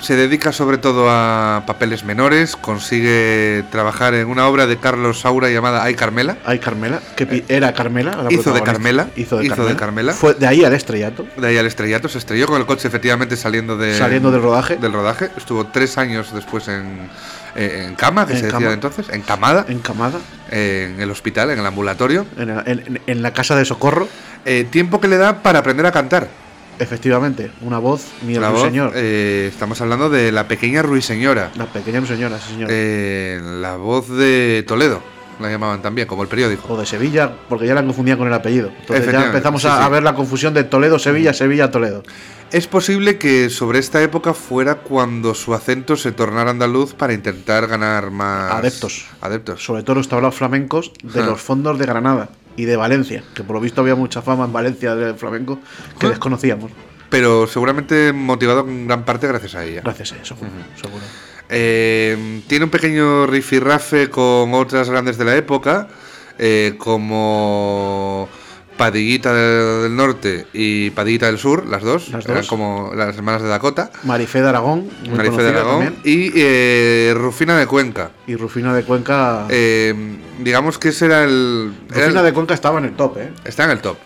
[SPEAKER 2] Se dedica sobre todo a papeles menores, consigue trabajar en una obra de Carlos Saura llamada Ay Carmela.
[SPEAKER 3] hay Carmela, que pi- era Carmela. la
[SPEAKER 2] Eh, Hizo de
[SPEAKER 3] protagonista.
[SPEAKER 2] Carmela,
[SPEAKER 3] Hizo de
[SPEAKER 2] hizo de
[SPEAKER 3] Carmela.
[SPEAKER 2] Carmela.
[SPEAKER 3] Fue de ahí al estrellato.
[SPEAKER 2] De ahí al estrellato, se estrelló con el coche efectivamente saliendo, de,
[SPEAKER 3] Saliendo del rodaje.
[SPEAKER 2] del rodaje. Estuvo tres años después en, eh, en cama, que
[SPEAKER 3] En
[SPEAKER 2] se decía
[SPEAKER 3] cama.
[SPEAKER 2] entonces, encamada, en,
[SPEAKER 3] Encamada.
[SPEAKER 2] en el hospital, en el ambulatorio.
[SPEAKER 3] en, en- en la casa de socorro.
[SPEAKER 2] Eh, tiempo que le da para aprender a cantar.
[SPEAKER 3] Efectivamente, una voz, ni el
[SPEAKER 2] La voz,
[SPEAKER 3] ruiseñor.
[SPEAKER 2] eh, estamos hablando de la pequeña ruiseñora.
[SPEAKER 3] La pequeña ruiseñora, sí, señor.
[SPEAKER 2] Eh, la voz de Toledo, la llamaban también, como el periódico.
[SPEAKER 3] o de Sevilla, porque ya la confundían con el apellido. Entonces ya
[SPEAKER 2] Efectivamente,
[SPEAKER 3] empezamos
[SPEAKER 2] sí,
[SPEAKER 3] a, a
[SPEAKER 2] sí. Mm.
[SPEAKER 3] ver la confusión de Toledo, Sevilla, Sevilla, Toledo.
[SPEAKER 2] Es posible que sobre esta época fuera cuando su acento se tornara andaluz para intentar ganar más
[SPEAKER 3] Adeptos.
[SPEAKER 2] Adeptos.
[SPEAKER 3] Sobre todo los tablaos flamencos de
[SPEAKER 2] Ah.
[SPEAKER 3] los fondos de Granada y de Valencia, que por lo visto había mucha fama en Valencia del flamenco que
[SPEAKER 2] Ah.
[SPEAKER 3] desconocíamos.
[SPEAKER 2] Pero seguramente motivado en gran parte gracias a ella.
[SPEAKER 3] Gracias a eso, seguro.
[SPEAKER 2] Eh, tiene un pequeño rifirrafe con otras grandes de la época, eh, como Padillita del del Norte y Padillita del Sur, las dos,
[SPEAKER 3] Las
[SPEAKER 2] eran
[SPEAKER 3] dos.
[SPEAKER 2] como las hermanas de Dakota,
[SPEAKER 3] Marifé de Aragón, muy
[SPEAKER 2] Marife de
[SPEAKER 3] conocida
[SPEAKER 2] Aragón,
[SPEAKER 3] también,
[SPEAKER 2] y eh, Rufina de Cuenca.
[SPEAKER 3] y Rufina de Cuenca.
[SPEAKER 2] Eh, digamos que ese era el... era
[SPEAKER 3] Ah. Rufina
[SPEAKER 2] el-
[SPEAKER 3] de Cuenca estaba en el top, ¿eh?
[SPEAKER 2] Está en el top.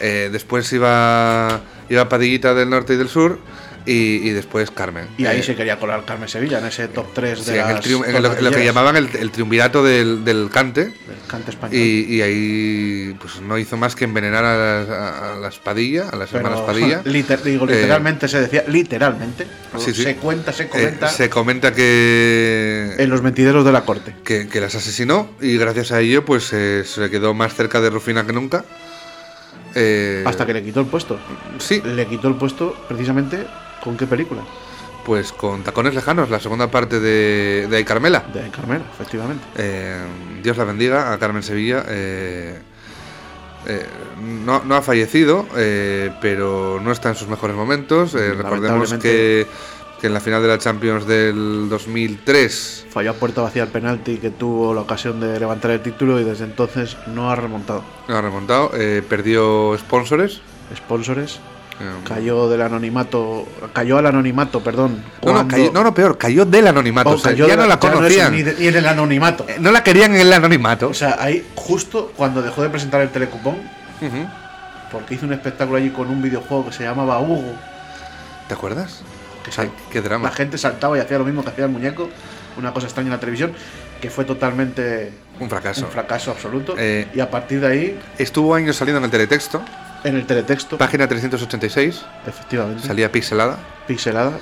[SPEAKER 2] Eh, después iba, iba Padillita del Norte y del Sur y, y después Carmen.
[SPEAKER 3] Y ahí
[SPEAKER 2] Eh,
[SPEAKER 3] se quería colar Carmen Sevilla en ese top 3 de
[SPEAKER 2] sí, en, el
[SPEAKER 3] las
[SPEAKER 2] triun- en lo, en lo que
[SPEAKER 3] tonadilleras
[SPEAKER 2] llamaban el, el triunvirato del, del cante.
[SPEAKER 3] del cante español.
[SPEAKER 2] Y, y ahí pues no hizo más que envenenar a las, a- a las Padilla, a las
[SPEAKER 3] Pero,
[SPEAKER 2] hermanas Padilla.
[SPEAKER 3] liter- digo,
[SPEAKER 2] Eh,
[SPEAKER 3] literalmente se decía, literalmente.
[SPEAKER 2] sí, sí.
[SPEAKER 3] Se cuenta, se
[SPEAKER 2] Eh,
[SPEAKER 3] comenta
[SPEAKER 2] se comenta que,
[SPEAKER 3] en los mentideros de la corte.
[SPEAKER 2] que, que las asesinó y gracias a ello pues eh, se quedó más cerca de Rufina que nunca. Eh,
[SPEAKER 3] Hasta que le quitó el puesto.
[SPEAKER 2] Sí,
[SPEAKER 3] Le quitó el puesto precisamente con qué película?
[SPEAKER 2] pues con Tacones Lejanos, la segunda parte de, de Ay Carmela.
[SPEAKER 3] De Carmela, efectivamente.
[SPEAKER 2] Eh, Dios la bendiga a Carmen Sevilla. eh, eh, no, no ha fallecido, eh, pero no está en sus mejores momentos. Eh, recordemos que,
[SPEAKER 3] Lamentablemente.
[SPEAKER 2] que en la final de la Champions del 2003
[SPEAKER 3] Falló a puerta vacía el penalti que tuvo la ocasión de levantar el título y desde entonces no ha remontado.
[SPEAKER 2] no ha remontado, eh, perdió sponsores.
[SPEAKER 3] Sponsores,
[SPEAKER 2] eh,
[SPEAKER 3] cayó del anonimato, cayó al anonimato, perdón.
[SPEAKER 2] no, no,
[SPEAKER 3] cuando-
[SPEAKER 2] cayó, no, no, peor, cayó del anonimato.
[SPEAKER 3] o
[SPEAKER 2] o sea,
[SPEAKER 3] Oh, cayó
[SPEAKER 2] Ah, ya
[SPEAKER 3] de
[SPEAKER 2] no la
[SPEAKER 3] ya no es
[SPEAKER 2] conocían.
[SPEAKER 3] ni, de- ni en el anonimato.
[SPEAKER 2] Eh, no la querían en el anonimato.
[SPEAKER 3] O sea, ahí justo cuando dejó de presentar el telecupón,
[SPEAKER 2] Ujú.
[SPEAKER 3] porque hizo un espectáculo allí con un videojuego que se llamaba Hugo.
[SPEAKER 2] ¿Te acuerdas?
[SPEAKER 3] Que
[SPEAKER 2] O sea,
[SPEAKER 3] se-
[SPEAKER 2] qué drama.
[SPEAKER 3] La gente saltaba y hacía lo mismo que hacía el muñeco, una cosa extraña en la televisión, que fue totalmente
[SPEAKER 2] Un fracaso.
[SPEAKER 3] un fracaso absoluto.
[SPEAKER 2] Eh,
[SPEAKER 3] y a partir de ahí,
[SPEAKER 2] Estuvo años saliendo en el teletexto,
[SPEAKER 3] en el teletexto,
[SPEAKER 2] página 386,
[SPEAKER 3] efectivamente,
[SPEAKER 2] salía pixelada.
[SPEAKER 3] pixelada,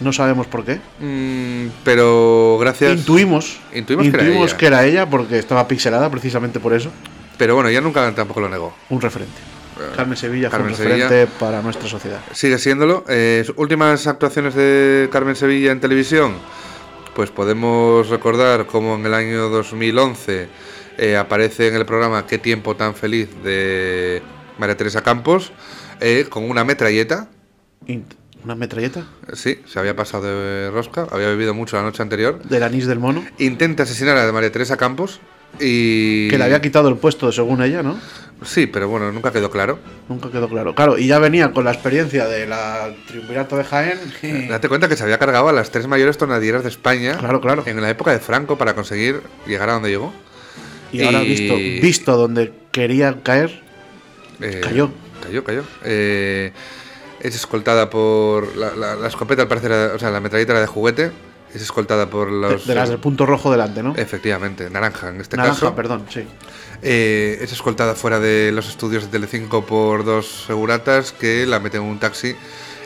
[SPEAKER 3] no sabemos por qué.
[SPEAKER 2] Mm, pero gracias.
[SPEAKER 3] Intuimos,
[SPEAKER 2] Intuimos que era ella.
[SPEAKER 3] que era ella porque estaba pixelada precisamente por eso.
[SPEAKER 2] Pero bueno, ya nunca tampoco lo negó.
[SPEAKER 3] Un referente. Carmen Sevilla
[SPEAKER 2] Carmen
[SPEAKER 3] fue un
[SPEAKER 2] Sevilla.
[SPEAKER 3] referente para nuestra sociedad.
[SPEAKER 2] Sigue siéndolo. Eh, sus últimas actuaciones de Carmen Sevilla en televisión. Pues podemos recordar cómo en el año 2011 eh, aparece en el programa Qué tiempo tan feliz de María Teresa Campos eh, con una metralleta.
[SPEAKER 3] Int- Una metralleta
[SPEAKER 2] Sí, se había pasado de rosca, había bebido mucho la noche anterior.
[SPEAKER 3] del anís del mono.
[SPEAKER 2] Intenta asesinar a María Teresa Campos y...
[SPEAKER 3] Que le había quitado el puesto según ella, ¿no?
[SPEAKER 2] Sí, pero bueno, nunca quedó claro.
[SPEAKER 3] Nunca quedó claro. Claro, y ya venía con la experiencia de la triunvirato de Jaén. y-
[SPEAKER 2] Date cuenta que se había cargado a las tres mayores tonadieras de España.
[SPEAKER 3] Eh. Claro, claro.
[SPEAKER 2] En la época de Franco para conseguir llegar a donde llegó.
[SPEAKER 3] Y ahora
[SPEAKER 2] Y-
[SPEAKER 3] visto, visto donde quería caer,
[SPEAKER 2] Eh,
[SPEAKER 3] Cayó.
[SPEAKER 2] Cayó, cayó. Eh, es escoltada por. La, la- la escopeta, al parecer, era- o sea, la metralleta era de juguete. Es escoltada por
[SPEAKER 3] de,
[SPEAKER 2] los. eh,
[SPEAKER 3] de las del punto rojo delante, ¿no?
[SPEAKER 2] Efectivamente, naranja en este
[SPEAKER 3] Naranja,
[SPEAKER 2] caso.
[SPEAKER 3] perdón, sí.
[SPEAKER 2] Eh, es escoltada fuera de los estudios de Telecinco por dos seguratas que la meten en un taxi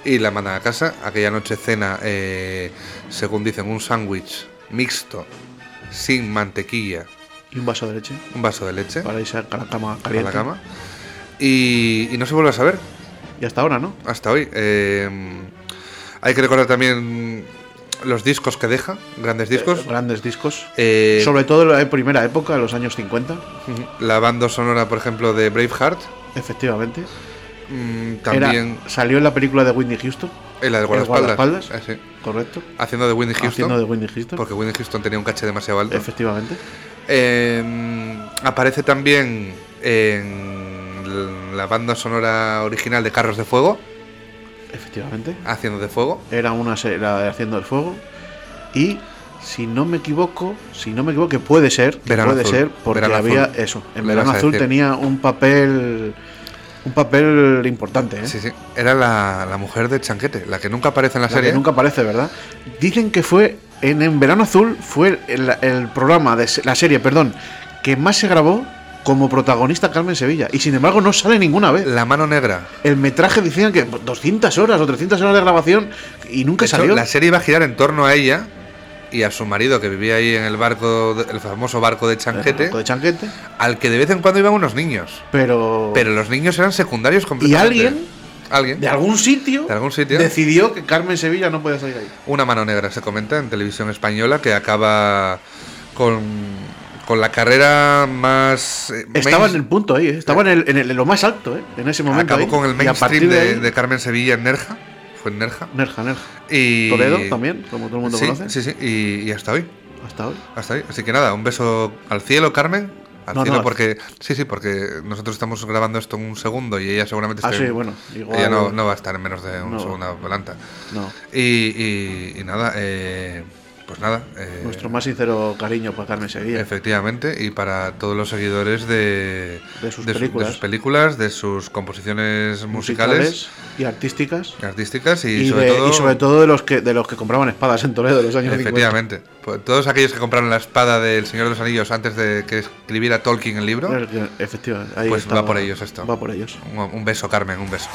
[SPEAKER 2] y la mandan a casa. Aquella noche cena, eh, según dicen, un sándwich mixto, sin mantequilla,
[SPEAKER 3] Y un vaso de leche
[SPEAKER 2] un vaso de leche
[SPEAKER 3] para irse a la cama
[SPEAKER 2] ¿Eh? a
[SPEAKER 3] caliente.
[SPEAKER 2] la cama. Y, y no se vuelve a saber
[SPEAKER 3] Y hasta ahora, ¿no?
[SPEAKER 2] hasta hoy. Eh, hay que recordar también los discos que deja, grandes discos.
[SPEAKER 3] Eh, grandes discos.
[SPEAKER 2] Eh,
[SPEAKER 3] Sobre todo la primera época, los años 50,
[SPEAKER 2] la banda sonora, por ejemplo, de Braveheart.
[SPEAKER 3] efectivamente.
[SPEAKER 2] Mm,
[SPEAKER 3] Era-
[SPEAKER 2] también
[SPEAKER 3] salió en la película de Whitney Houston,
[SPEAKER 2] En la del
[SPEAKER 3] El
[SPEAKER 2] guardaespaldas.
[SPEAKER 3] guardaespaldas.
[SPEAKER 2] Ah, sí.
[SPEAKER 3] correcto.
[SPEAKER 2] Haciendo de Whitney Houston.
[SPEAKER 3] Haciendo de Whitney Houston,
[SPEAKER 2] Porque Whitney Houston tenía un caché demasiado alto.
[SPEAKER 3] efectivamente.
[SPEAKER 2] Eh, aparece también en la banda sonora original de Carros de Fuego.
[SPEAKER 3] Efectivamente.
[SPEAKER 2] Haciendo de Fuego.
[SPEAKER 3] Era una se- la de Haciendo el Fuego. Y si no me equivoco, si no me equivoco, que puede ser, que
[SPEAKER 2] Verano
[SPEAKER 3] puede
[SPEAKER 2] Azul,
[SPEAKER 3] ser, porque
[SPEAKER 2] Verano
[SPEAKER 3] había
[SPEAKER 2] Azul.
[SPEAKER 3] eso. En
[SPEAKER 2] Le
[SPEAKER 3] Verano
[SPEAKER 2] vas a
[SPEAKER 3] Azul
[SPEAKER 2] decir.
[SPEAKER 3] tenía un papel un papel importante, ¿eh?
[SPEAKER 2] Sí, sí. Era la, la mujer de Chanquete, la que nunca aparece en la,
[SPEAKER 3] La que
[SPEAKER 2] serie.
[SPEAKER 3] nunca aparece, ¿verdad? Dicen que fue en, en Verano Azul fue el, el programa de se- la serie, perdón, que más se grabó como protagonista Carmen Sevilla. Y sin embargo no sale ninguna vez.
[SPEAKER 2] La mano negra.
[SPEAKER 3] El metraje decían que 200 horas o 300 horas de grabación y nunca
[SPEAKER 2] De hecho,
[SPEAKER 3] salió.
[SPEAKER 2] la serie iba a girar en torno a ella y a su marido que vivía ahí en el barco, de- el famoso barco de Chanquete,
[SPEAKER 3] Todo de chanquete.
[SPEAKER 2] al que de vez en cuando iban unos niños.
[SPEAKER 3] Pero,
[SPEAKER 2] Pero los niños eran secundarios completamente.
[SPEAKER 3] Oh. alguien?
[SPEAKER 2] Alguien.
[SPEAKER 3] de algún sitio
[SPEAKER 2] De algún sitio.
[SPEAKER 3] decidió que Carmen Sevilla no podía salir ahí.
[SPEAKER 2] Una mano negra se comenta en televisión española que acaba con, con la carrera más. eh,
[SPEAKER 3] Estaba en
[SPEAKER 2] main-
[SPEAKER 3] el punto ahí, ¿eh? estaba en, el- en el- en lo más alto, ¿eh? en ese momento.
[SPEAKER 2] acabó
[SPEAKER 3] ahí.
[SPEAKER 2] con el
[SPEAKER 3] Y a
[SPEAKER 2] mainstream
[SPEAKER 3] partir
[SPEAKER 2] de,
[SPEAKER 3] ahí-
[SPEAKER 2] de Carmen Sevilla en Nerja. Fue en Nerja.
[SPEAKER 3] Nerja, Nerja.
[SPEAKER 2] Y,
[SPEAKER 3] Toledo también, como todo el mundo
[SPEAKER 2] sí,
[SPEAKER 3] conoce.
[SPEAKER 2] Sí, sí, y, y hasta hoy.
[SPEAKER 3] Hasta hoy.
[SPEAKER 2] Hasta ahí. Así que nada, un beso al cielo, Carmen. Al
[SPEAKER 3] No,
[SPEAKER 2] cielo,
[SPEAKER 3] no, al-
[SPEAKER 2] porque. Sí, sí, porque nosotros estamos grabando esto en un segundo y ella seguramente
[SPEAKER 3] Ah,
[SPEAKER 2] esté-
[SPEAKER 3] sí, bueno, igual-
[SPEAKER 2] Ella no, no va a estar en menos de una
[SPEAKER 3] No.
[SPEAKER 2] segunda planta.
[SPEAKER 3] No.
[SPEAKER 2] Y, y- y nada, eh, pues nada. eh,
[SPEAKER 3] Nuestro más sincero cariño para Carmen Sevilla.
[SPEAKER 2] Efectivamente, y para todos los seguidores de,
[SPEAKER 3] De
[SPEAKER 2] su-
[SPEAKER 3] sus películas.
[SPEAKER 2] sus películas, de sus composiciones musicales,
[SPEAKER 3] y artísticas.
[SPEAKER 2] artísticas y,
[SPEAKER 3] Y,
[SPEAKER 2] sobre
[SPEAKER 3] de,
[SPEAKER 2] todo,
[SPEAKER 3] y sobre todo de los que de los que compraban espadas en Toledo de los años 50.
[SPEAKER 2] efectivamente, pues, todos aquellos que compraron la espada del Señor de los Anillos antes de que escribiera Tolkien el libro,
[SPEAKER 3] El que- Efectivamente. ahí
[SPEAKER 2] pues
[SPEAKER 3] estaba-
[SPEAKER 2] va por ellos esto.
[SPEAKER 3] Va por ellos.
[SPEAKER 2] Un, un beso, Carmen, un beso.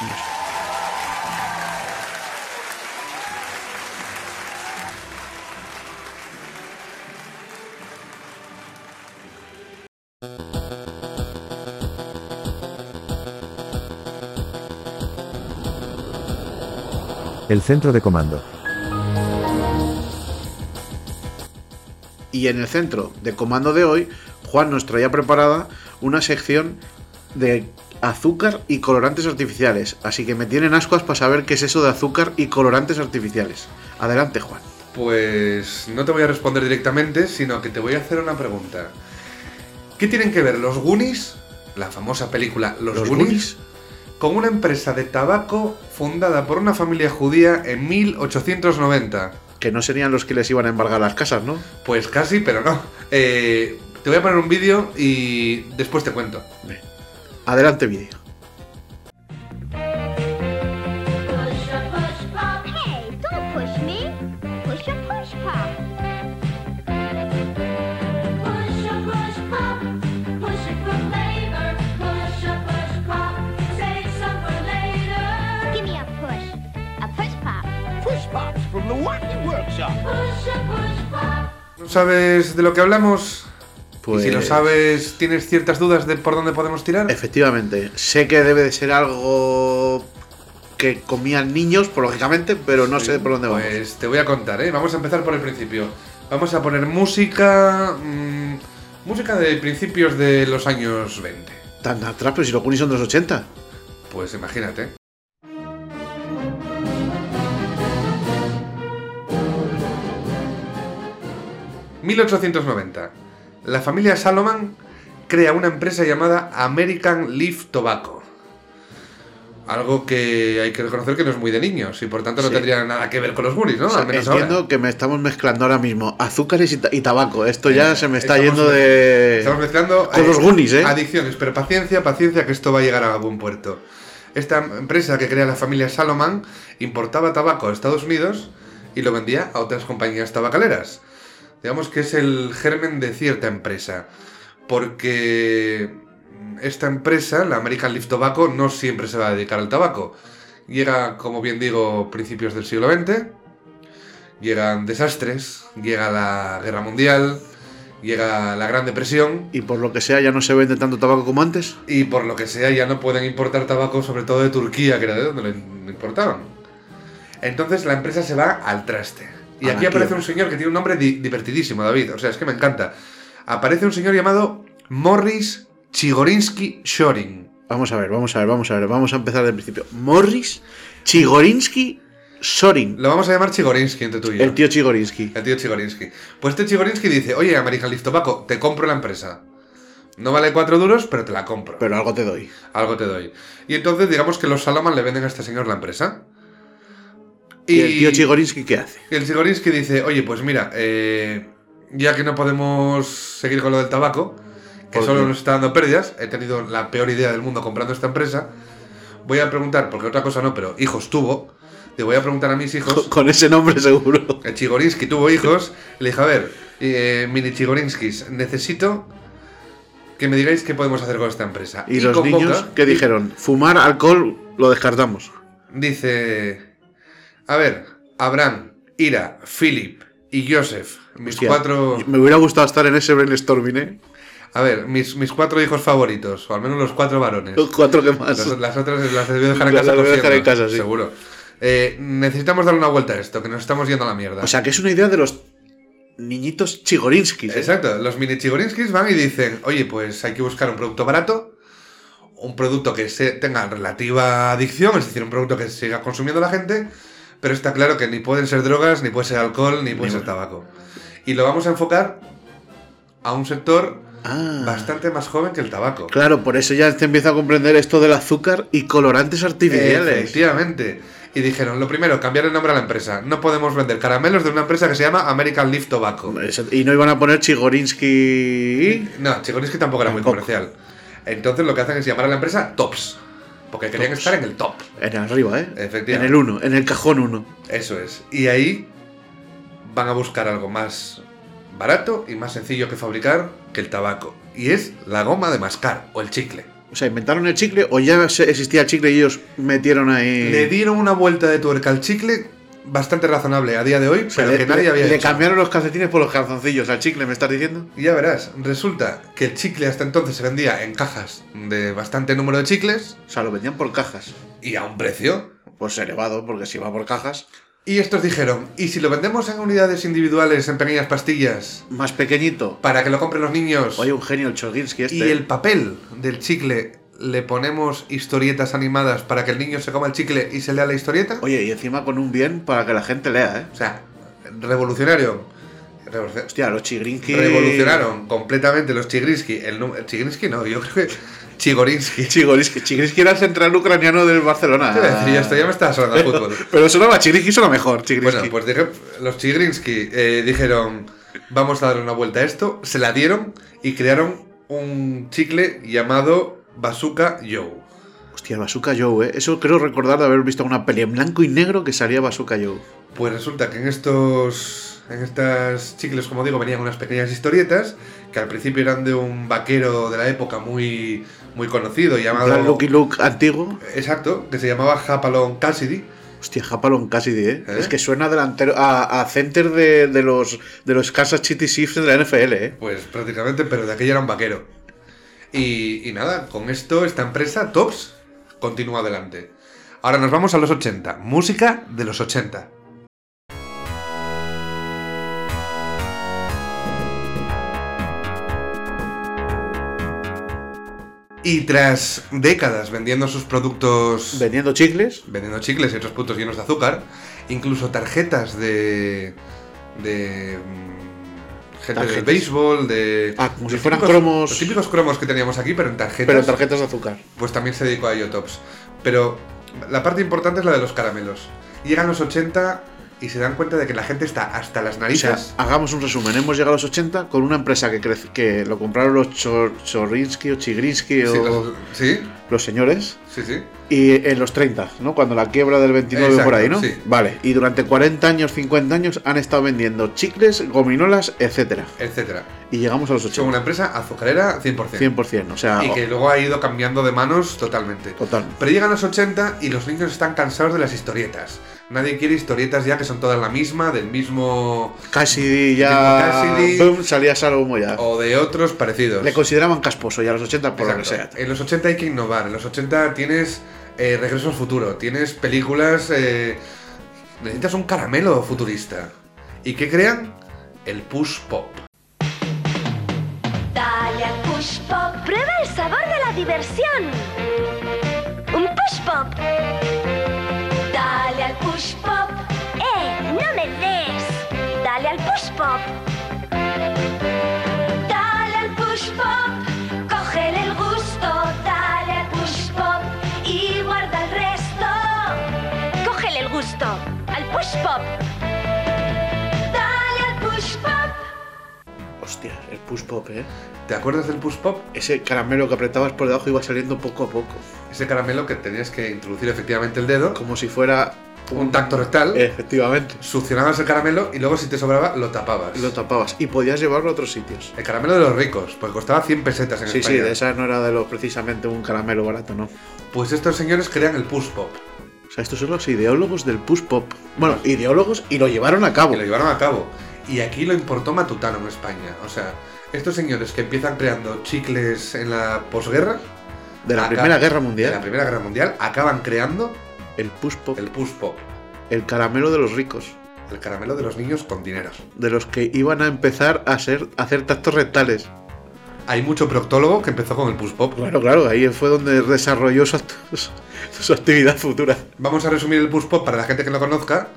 [SPEAKER 6] El centro de comando.
[SPEAKER 3] Y en el centro de comando de hoy, Juan nos traía preparada una sección de azúcar y colorantes artificiales. Así que me tienen ascuas para saber qué es eso de azúcar y colorantes artificiales. Adelante, Juan.
[SPEAKER 2] Pues no te voy a responder directamente, sino que te voy a hacer una pregunta. ¿Qué tienen que ver los Goonies, la famosa película Los, Goonies,
[SPEAKER 3] Goonies?
[SPEAKER 2] con una empresa de tabaco fundada por una familia judía en 1890?
[SPEAKER 3] Que no serían los que les iban a embargar las casas, ¿no?
[SPEAKER 2] Pues casi, pero no. Eh, te voy a poner un vídeo y después te cuento.
[SPEAKER 3] Adelante, vídeo.
[SPEAKER 7] Push a push pop. Hey, don't push me. Push a push pop. Push a push pop. Push it for later. Push a push pop. Save some for later. Give me a push. A push pop. Push pops from the Wacky Workshop. Push a push pop.
[SPEAKER 2] ¿No sabes de lo que hablamos?
[SPEAKER 3] Pues-
[SPEAKER 2] Y si lo sabes, ¿tienes ciertas dudas de por dónde podemos tirar?
[SPEAKER 3] Efectivamente, sé que debe de ser algo que comían niños, por lógicamente, pero no sé por dónde vamos.
[SPEAKER 2] Pues te voy a contar, ¿eh? Vamos a empezar por el principio. Vamos a poner música. mm, música de principios de los años 20.
[SPEAKER 3] Tan atrás, pero si los Goonies son de los 80.
[SPEAKER 2] Pues imagínate. ...1890... ...la familia Salomon... ...crea una empresa llamada American Leaf Tobacco... ...algo que hay que reconocer que no es muy de niños... ...y por tanto no
[SPEAKER 3] Sí.
[SPEAKER 2] tendría nada que ver con los guris, ¿no?
[SPEAKER 3] O sea,
[SPEAKER 2] Al menos
[SPEAKER 3] entiendo
[SPEAKER 2] ahora.
[SPEAKER 3] que me estamos mezclando ahora mismo azúcares y, ta- y tabaco. Esto ya
[SPEAKER 2] Eh,
[SPEAKER 3] se me está
[SPEAKER 2] estamos
[SPEAKER 3] yendo
[SPEAKER 2] mez-
[SPEAKER 3] de.
[SPEAKER 2] Estamos mezclando.
[SPEAKER 3] Eh, con los Goonies, ¿eh?
[SPEAKER 2] Adicciones, pero paciencia, paciencia, que esto va a llegar a buen puerto. Esta empresa que crea la familia Salomon importaba tabaco a Estados Unidos y lo vendía a otras compañías tabacaleras. Digamos que es el germen de cierta empresa. Porque esta empresa, la American Leaf Tobacco, no siempre se va a dedicar al tabaco. Llega, como bien digo, principios del siglo XX. Llegan desastres, llega la guerra mundial, llega la Gran Depresión
[SPEAKER 3] Y por lo que sea, ya no se vende tanto tabaco como antes.
[SPEAKER 2] y por lo que sea ya no pueden importar tabaco, sobre todo de Turquía, que era de donde lo in- lo importaban. Entonces la empresa se va al traste. Y
[SPEAKER 3] A la
[SPEAKER 2] aquí aparece
[SPEAKER 3] quiebra.
[SPEAKER 2] un señor que tiene un nombre di- divertidísimo, David. O sea, es que me encanta. Aparece un señor llamado Morris Chigorinsky Shoring.
[SPEAKER 3] Vamos a ver, vamos a ver, vamos a ver. Vamos a empezar del principio. Morris, Chigorinsky, Sorin.
[SPEAKER 2] Lo vamos a llamar Chigorinsky entre tú y yo.
[SPEAKER 3] El tío Chigorinsky.
[SPEAKER 2] El tío Chigorinsky. Pues este Chigorinsky dice, oye, American Leaf Tobacco, te compro la empresa. No vale cuatro duros, pero te la compro.
[SPEAKER 3] Pero algo te doy.
[SPEAKER 2] Algo te doy. Y entonces digamos que los Salaman le venden a este señor la empresa.
[SPEAKER 3] ¿Y, el tío Chigorinsky qué hace?
[SPEAKER 2] y el Chigorinsky dice, oye, pues mira, eh, ya que no podemos seguir con lo del tabaco, que
[SPEAKER 3] ¿Por
[SPEAKER 2] solo
[SPEAKER 3] qué?
[SPEAKER 2] nos está dando pérdidas, he tenido la peor idea del mundo comprando esta empresa, voy a preguntar, porque otra cosa no, pero hijos tuvo, le voy a preguntar a mis hijos...
[SPEAKER 3] Con ese nombre seguro.
[SPEAKER 2] El Chigorinsky tuvo hijos. Le dije, a ver, eh, mini Chigorinskis, necesito que me digáis qué podemos hacer con esta empresa.
[SPEAKER 3] Y, los
[SPEAKER 2] con
[SPEAKER 3] niños
[SPEAKER 2] Coca
[SPEAKER 3] que dijeron, fumar alcohol lo descartamos.
[SPEAKER 2] Dice, a ver, Abraham, Ira, Philip y Joseph, mis
[SPEAKER 3] Hostia,
[SPEAKER 2] cuatro...
[SPEAKER 3] Me hubiera gustado estar en ese brainstorming, ¿eh?
[SPEAKER 2] A ver, mis, mis cuatro hijos favoritos, o al menos los cuatro varones.
[SPEAKER 3] Los cuatro que más.
[SPEAKER 2] Las, las otras las debí dejar en
[SPEAKER 3] Oh, Las
[SPEAKER 2] casa.
[SPEAKER 3] debí dejar
[SPEAKER 2] cosiendo,
[SPEAKER 3] en casa, sí.
[SPEAKER 2] Seguro. Eh, necesitamos darle una vuelta a esto, que nos estamos yendo a la mierda.
[SPEAKER 3] O sea, que es una idea de los niñitos Chigorinskis. ¿eh?
[SPEAKER 2] Exacto, los mini chigorinskis van y dicen, oye, pues hay que buscar un producto barato, un producto que se tenga relativa adicción, es decir, un producto que siga consumiendo la gente, pero está claro que ni pueden ser drogas, ni puede ser alcohol, ni puede ser tabaco. Y lo vamos a enfocar a un sector
[SPEAKER 3] Ah.
[SPEAKER 2] bastante más joven que el tabaco.
[SPEAKER 3] Claro, por eso ya te empieza a comprender esto del azúcar y colorantes artificiales.
[SPEAKER 2] Efectivamente. Y dijeron, lo primero, cambiar el nombre a la empresa. No podemos vender caramelos de una empresa que se llama American Leaf Tobacco.
[SPEAKER 3] Exacto. Y no iban a poner Chigorinsky.
[SPEAKER 2] No, Chigorinski tampoco era muy
[SPEAKER 3] Tampoco.
[SPEAKER 2] comercial. Entonces lo que hacen es llamar a la empresa Tops. Porque querían
[SPEAKER 3] Tops.
[SPEAKER 2] estar en el top.
[SPEAKER 3] En arriba, ¿eh?
[SPEAKER 2] Efectivamente.
[SPEAKER 3] En el 1, en el cajón 1.
[SPEAKER 2] Eso es. Y ahí van a buscar algo más barato y más sencillo que fabricar que el tabaco. Y es la goma de mascar o el chicle.
[SPEAKER 3] O sea, inventaron el chicle o ya se- existía el chicle y ellos metieron ahí.
[SPEAKER 2] Le dieron una vuelta de tuerca al chicle bastante razonable a día de hoy,
[SPEAKER 3] O sea,
[SPEAKER 2] pero
[SPEAKER 3] le-
[SPEAKER 2] que nadie había
[SPEAKER 3] le
[SPEAKER 2] hecho.
[SPEAKER 3] cambiaron los calcetines por los calzoncillos al chicle, ¿me estás diciendo?
[SPEAKER 2] Y ya verás, resulta que el chicle hasta entonces se vendía en cajas de bastante número de chicles
[SPEAKER 3] O sea, lo vendían por cajas.
[SPEAKER 2] y a un precio.
[SPEAKER 3] Pues elevado, porque si va por cajas.
[SPEAKER 2] Y estos dijeron, ¿y si lo vendemos en unidades individuales, en pequeñas pastillas,
[SPEAKER 3] Más pequeñito.
[SPEAKER 2] para que lo compren los niños?
[SPEAKER 3] Oye, un genio el Chorginsky este.
[SPEAKER 2] y el papel del chicle le ponemos historietas animadas para que el niño se coma el chicle y se lea la historieta?
[SPEAKER 3] Oye, y encima con un bien para que la gente lea, ¿eh?
[SPEAKER 2] O sea, revolucionario. Revolucionario.
[SPEAKER 3] Hostia, los Chigrinsky.
[SPEAKER 2] Revolucionaron completamente los Chigrinsky. El, nu- Chigrinsky no, yo creo que Chigorinsky.
[SPEAKER 3] Chigorinsky. Chigrinsky era el central ucraniano del Barcelona.
[SPEAKER 2] Te iba a decir, ya, estoy- ya me estaba sonando el fútbol.
[SPEAKER 3] Pero sonaba Chigrinsky, suena mejor. Chigrinsky.
[SPEAKER 2] Bueno, pues dije, los Chigrinsky eh, dijeron, vamos a darle una vuelta a esto, se la dieron y crearon un chicle llamado Bazooka Joe. pues-
[SPEAKER 3] Hostia, Bazooka Joe, ¿eh? Eso creo recordar de haber visto una peli en blanco y negro que salía Bazooka Joe.
[SPEAKER 2] Pues resulta que en estos en estas chicles, como digo, venían unas pequeñas historietas que al principio eran de un vaquero de la época muy muy conocido llamado
[SPEAKER 3] Plan Lucky Luke antiguo.
[SPEAKER 2] Exacto, que se llamaba Japalon Cassidy.
[SPEAKER 3] Hostia, Japalon Cassidy, ¿eh?
[SPEAKER 2] ¿Eh?
[SPEAKER 3] Es que suena delantero a, a center de, de los, de los Kansas City Chiefs de la NFL, ¿eh?
[SPEAKER 2] Pues prácticamente, pero de aquella era un vaquero. Y, y nada, con esto esta empresa, Tops, continúa adelante. Ahora nos vamos a los 80. Música de los 80. Y tras décadas vendiendo sus productos
[SPEAKER 3] Vendiendo chicles.
[SPEAKER 2] vendiendo chicles y otros puntos llenos de azúcar, incluso tarjetas de. de. mm, gente del
[SPEAKER 3] Tarjetas.
[SPEAKER 2] béisbol, de.
[SPEAKER 3] Ah, como
[SPEAKER 2] los
[SPEAKER 3] si fueran
[SPEAKER 2] típicos-
[SPEAKER 3] cromos.
[SPEAKER 2] Los típicos cromos que teníamos aquí, pero en tarjetas.
[SPEAKER 3] Pero tarjetas de azúcar.
[SPEAKER 2] Pues también se dedicó a ello Tops. Pero la parte importante es la de los caramelos. Llegan los 80 y se dan cuenta de que la gente está hasta las
[SPEAKER 3] O sea,
[SPEAKER 2] narices.
[SPEAKER 3] hagamos un resumen. Hemos llegado a los 80 con una empresa que, crece- que lo compraron los Chor- Chorinsky o Chigrinsky o
[SPEAKER 2] sí, los- sí,
[SPEAKER 3] los señores.
[SPEAKER 2] sí, sí.
[SPEAKER 3] Y en los 30, ¿no? Cuando la quiebra del 29
[SPEAKER 2] Exacto,
[SPEAKER 3] por ahí, ¿no?
[SPEAKER 2] sí.
[SPEAKER 3] Vale. Y durante 40 años, 50 años han estado vendiendo chicles, gominolas, etcétera.
[SPEAKER 2] Etcétera.
[SPEAKER 3] Y llegamos a los
[SPEAKER 2] Son una
[SPEAKER 3] 80.
[SPEAKER 2] empresa azucarera 100%.
[SPEAKER 3] 100%. O sea,
[SPEAKER 2] Y que luego ha ido cambiando de manos totalmente.
[SPEAKER 3] total.
[SPEAKER 2] Pero llegan los 80 y los niños están cansados de las historietas. Nadie quiere historietas ya que son todas la misma, del mismo
[SPEAKER 3] Cassidy ya.
[SPEAKER 2] Digo, Cassidy-
[SPEAKER 3] Boom, salía Salomo ya.
[SPEAKER 2] o de otros parecidos.
[SPEAKER 3] Le consideraban casposo ya a los 80 por lo que sea.
[SPEAKER 2] Exacto. En los 80 hay que innovar. En los 80 tienes eh, Regreso al Futuro, tienes películas... eh, necesitas un caramelo futurista. ¿Y qué crean? El push pop.
[SPEAKER 7] Dale al push pop. Prueba el sabor de la diversión. Un push pop. Dale al push pop. Eh, no me des. Dale al push pop. Dale al push pop. Cógele el gusto. Dale al push pop. Y guarda el resto. Cógele el gusto. Al push pop. Dale al push pop.
[SPEAKER 3] Hostia, el push pop, ¿eh?
[SPEAKER 2] ¿Te acuerdas del push pop?
[SPEAKER 3] Ese caramelo que apretabas por debajo iba saliendo poco a poco.
[SPEAKER 2] Ese caramelo que tenías que introducir efectivamente el dedo.
[SPEAKER 3] Como Eh. si fuera
[SPEAKER 2] un tacto rectal,
[SPEAKER 3] Efectivamente.
[SPEAKER 2] succionabas el caramelo y luego si te sobraba lo tapabas.
[SPEAKER 3] Lo tapabas y podías llevarlo a otros sitios.
[SPEAKER 2] el caramelo de los ricos, pues costaba 100 pesetas en
[SPEAKER 3] Sí, sí,
[SPEAKER 2] España.
[SPEAKER 3] de esa no era de los precisamente un caramelo barato, ¿no?
[SPEAKER 2] Pues estos señores crean el push pop
[SPEAKER 3] O sea, estos son los ideólogos del push pop. Bueno, ideólogos y lo llevaron a cabo.
[SPEAKER 2] y lo llevaron a cabo. Y aquí lo importó Matutano en España. O sea, estos señores que empiezan creando chicles en la posguerra,
[SPEAKER 3] De la
[SPEAKER 2] Acá-
[SPEAKER 3] Primera Guerra
[SPEAKER 2] en la
[SPEAKER 3] Mundial,
[SPEAKER 2] Primera Guerra Mundial, acaban creando
[SPEAKER 3] el push pop,
[SPEAKER 2] el
[SPEAKER 3] el,
[SPEAKER 2] push pop,
[SPEAKER 3] caramelo de los ricos,
[SPEAKER 2] el caramelo de los niños con dinero.
[SPEAKER 3] de los que iban a empezar a, hacer- a hacer tactos rectales.
[SPEAKER 2] Hay mucho proctólogo que empezó con el push pop.
[SPEAKER 3] Claro, claro, ahí fue donde desarrolló su, act- su actividad futura.
[SPEAKER 2] Vamos a resumir el push pop para la gente que no conozca.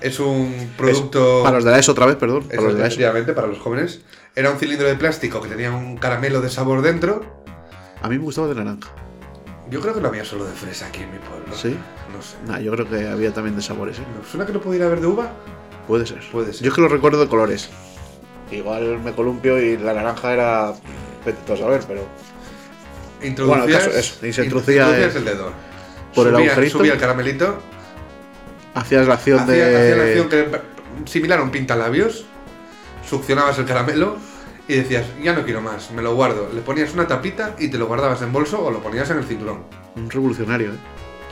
[SPEAKER 2] Es un producto...
[SPEAKER 3] Para los de la ESO otra vez, perdón. Para
[SPEAKER 2] Oh. Eso,
[SPEAKER 3] los de E la ESO.
[SPEAKER 2] efectivamente, para los jóvenes. Era un cilindro de plástico que tenía un caramelo de sabor dentro.
[SPEAKER 3] A mí me gustaba de naranja.
[SPEAKER 2] Yo creo que no había solo de fresa aquí en mi pueblo.
[SPEAKER 3] ¿Sí?
[SPEAKER 2] No sé.
[SPEAKER 3] Nah, yo creo que había también de sabores, ¿eh?
[SPEAKER 2] ¿Me suena que no pudiera haber de uva?
[SPEAKER 3] Puede ser.
[SPEAKER 2] Puede ser.
[SPEAKER 3] Yo es que lo recuerdo de colores. Igual me columpio y la naranja era. Vete a saber, pero.
[SPEAKER 2] Introducías,
[SPEAKER 3] Bueno, el caso es, y se introducía
[SPEAKER 2] introducías
[SPEAKER 3] el-
[SPEAKER 2] el dedo.
[SPEAKER 3] por el
[SPEAKER 2] subía,
[SPEAKER 3] agujerito.
[SPEAKER 2] subía el caramelito.
[SPEAKER 3] Hacías la acción
[SPEAKER 2] Hacía,
[SPEAKER 3] de.
[SPEAKER 2] hacía la acción que- similar a un pintalabios. Succionabas el caramelo y decías, ya no quiero más, me lo guardo. Le ponías una tapita y te lo guardabas en bolso o lo ponías en el cinturón.
[SPEAKER 3] Un revolucionario, ¿eh?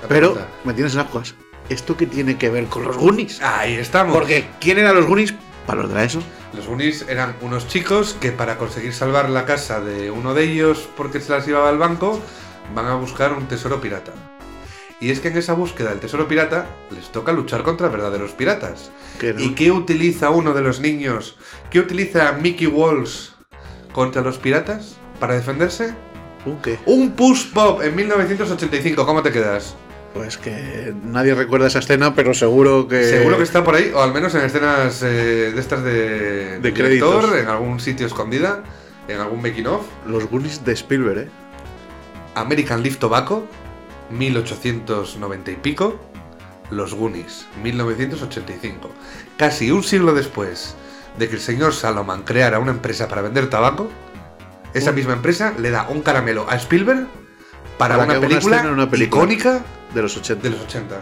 [SPEAKER 2] La
[SPEAKER 3] Pero
[SPEAKER 2] tapita.
[SPEAKER 3] me tienes en ascuas. ¿Esto qué tiene que ver con los Goonies?
[SPEAKER 2] Ahí estamos.
[SPEAKER 3] Porque ¿quién eran los Goonies? Para los de la E ESO.
[SPEAKER 2] Los Goonies eran unos chicos que para conseguir salvar la casa de uno de ellos porque se las llevaba al banco, van a buscar un tesoro pirata. Y es que en esa búsqueda del tesoro pirata les toca luchar contra verdaderos piratas.
[SPEAKER 3] Que eran-
[SPEAKER 2] ¿Y qué utiliza uno de los niños? ¿Qué utiliza Mickey Walls contra los piratas para defenderse?
[SPEAKER 3] ¿Un Uh, qué?
[SPEAKER 2] Un push pop en 1985, ¿cómo te quedas?
[SPEAKER 3] Pues que nadie recuerda esa escena, pero seguro que.
[SPEAKER 2] Seguro que está por ahí, o al menos en escenas eh, de estas de,
[SPEAKER 3] De
[SPEAKER 2] director,
[SPEAKER 3] créditos.
[SPEAKER 2] en algún sitio escondida, en algún making of.
[SPEAKER 3] Los Goonies de Spielberg, ¿eh?
[SPEAKER 2] American Leaf Tobacco, 1890 y pico. Los Goonies, 1985. Casi un siglo después de que el señor Salomon creara una empresa para vender tabaco, esa
[SPEAKER 3] Un-
[SPEAKER 2] misma empresa le da un caramelo a Spielberg para,
[SPEAKER 3] Para que
[SPEAKER 2] una,
[SPEAKER 3] haga una
[SPEAKER 2] película
[SPEAKER 3] escena en una película.
[SPEAKER 2] icónica
[SPEAKER 3] De los 80.
[SPEAKER 2] de los 80.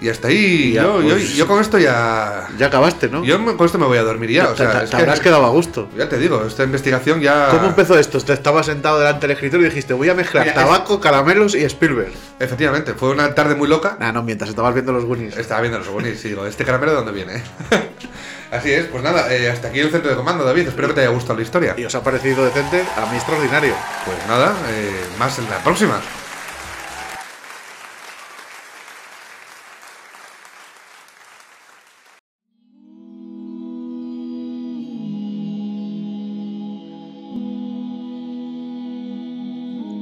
[SPEAKER 2] Y hasta ahí,
[SPEAKER 3] Ya,
[SPEAKER 2] yo, yo-
[SPEAKER 3] pues-
[SPEAKER 2] yo con esto ya...
[SPEAKER 3] Ya acabaste, ¿no?
[SPEAKER 2] Yo me- con esto me voy a dormir ya. o
[SPEAKER 3] te,
[SPEAKER 2] sea,
[SPEAKER 3] te-
[SPEAKER 2] es
[SPEAKER 3] te
[SPEAKER 2] que-
[SPEAKER 3] habrás quedado a gusto.
[SPEAKER 2] ya te digo, esta investigación ya...
[SPEAKER 3] ¿Cómo empezó esto? Te estabas sentado delante del escritorio y dijiste, voy a mezclar
[SPEAKER 2] Ah. Mira, es-
[SPEAKER 3] tabaco, caramelos y Spielberg.
[SPEAKER 2] Efectivamente, fue una tarde muy loca.
[SPEAKER 3] Ah, no, mientras estabas viendo los Goonies.
[SPEAKER 2] Estaba viendo los Goonies y digo, ¿este caramelo de dónde viene? Así es, pues nada, eh, hasta aquí el centro de comando, David. Espero que te haya gustado la historia.
[SPEAKER 3] ¿Y os ha parecido decente? A mí extraordinario.
[SPEAKER 2] Pues nada, eh, más en la próxima.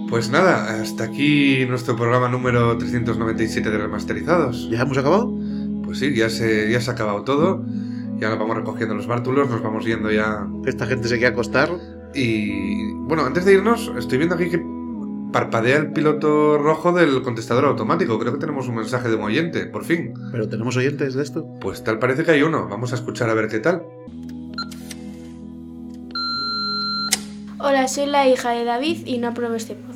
[SPEAKER 2] Pues nada, hasta aquí nuestro programa número 397 de remasterizados.
[SPEAKER 3] ¿Ya hemos acabado?
[SPEAKER 2] Pues sí, ya se, ya se ha acabado todo. Ya nos vamos recogiendo los bártulos, nos vamos yendo ya.
[SPEAKER 3] Esta gente se quiere acostar.
[SPEAKER 2] Y bueno, antes de irnos, estoy viendo aquí que parpadea el piloto rojo del contestador automático. Creo que tenemos un mensaje de un oyente, por fin.
[SPEAKER 3] Pero tenemos oyentes de esto.
[SPEAKER 2] Pues tal parece que hay uno. Vamos a escuchar a ver qué tal.
[SPEAKER 8] Hola, soy la hija de David y no apruebo este podcast.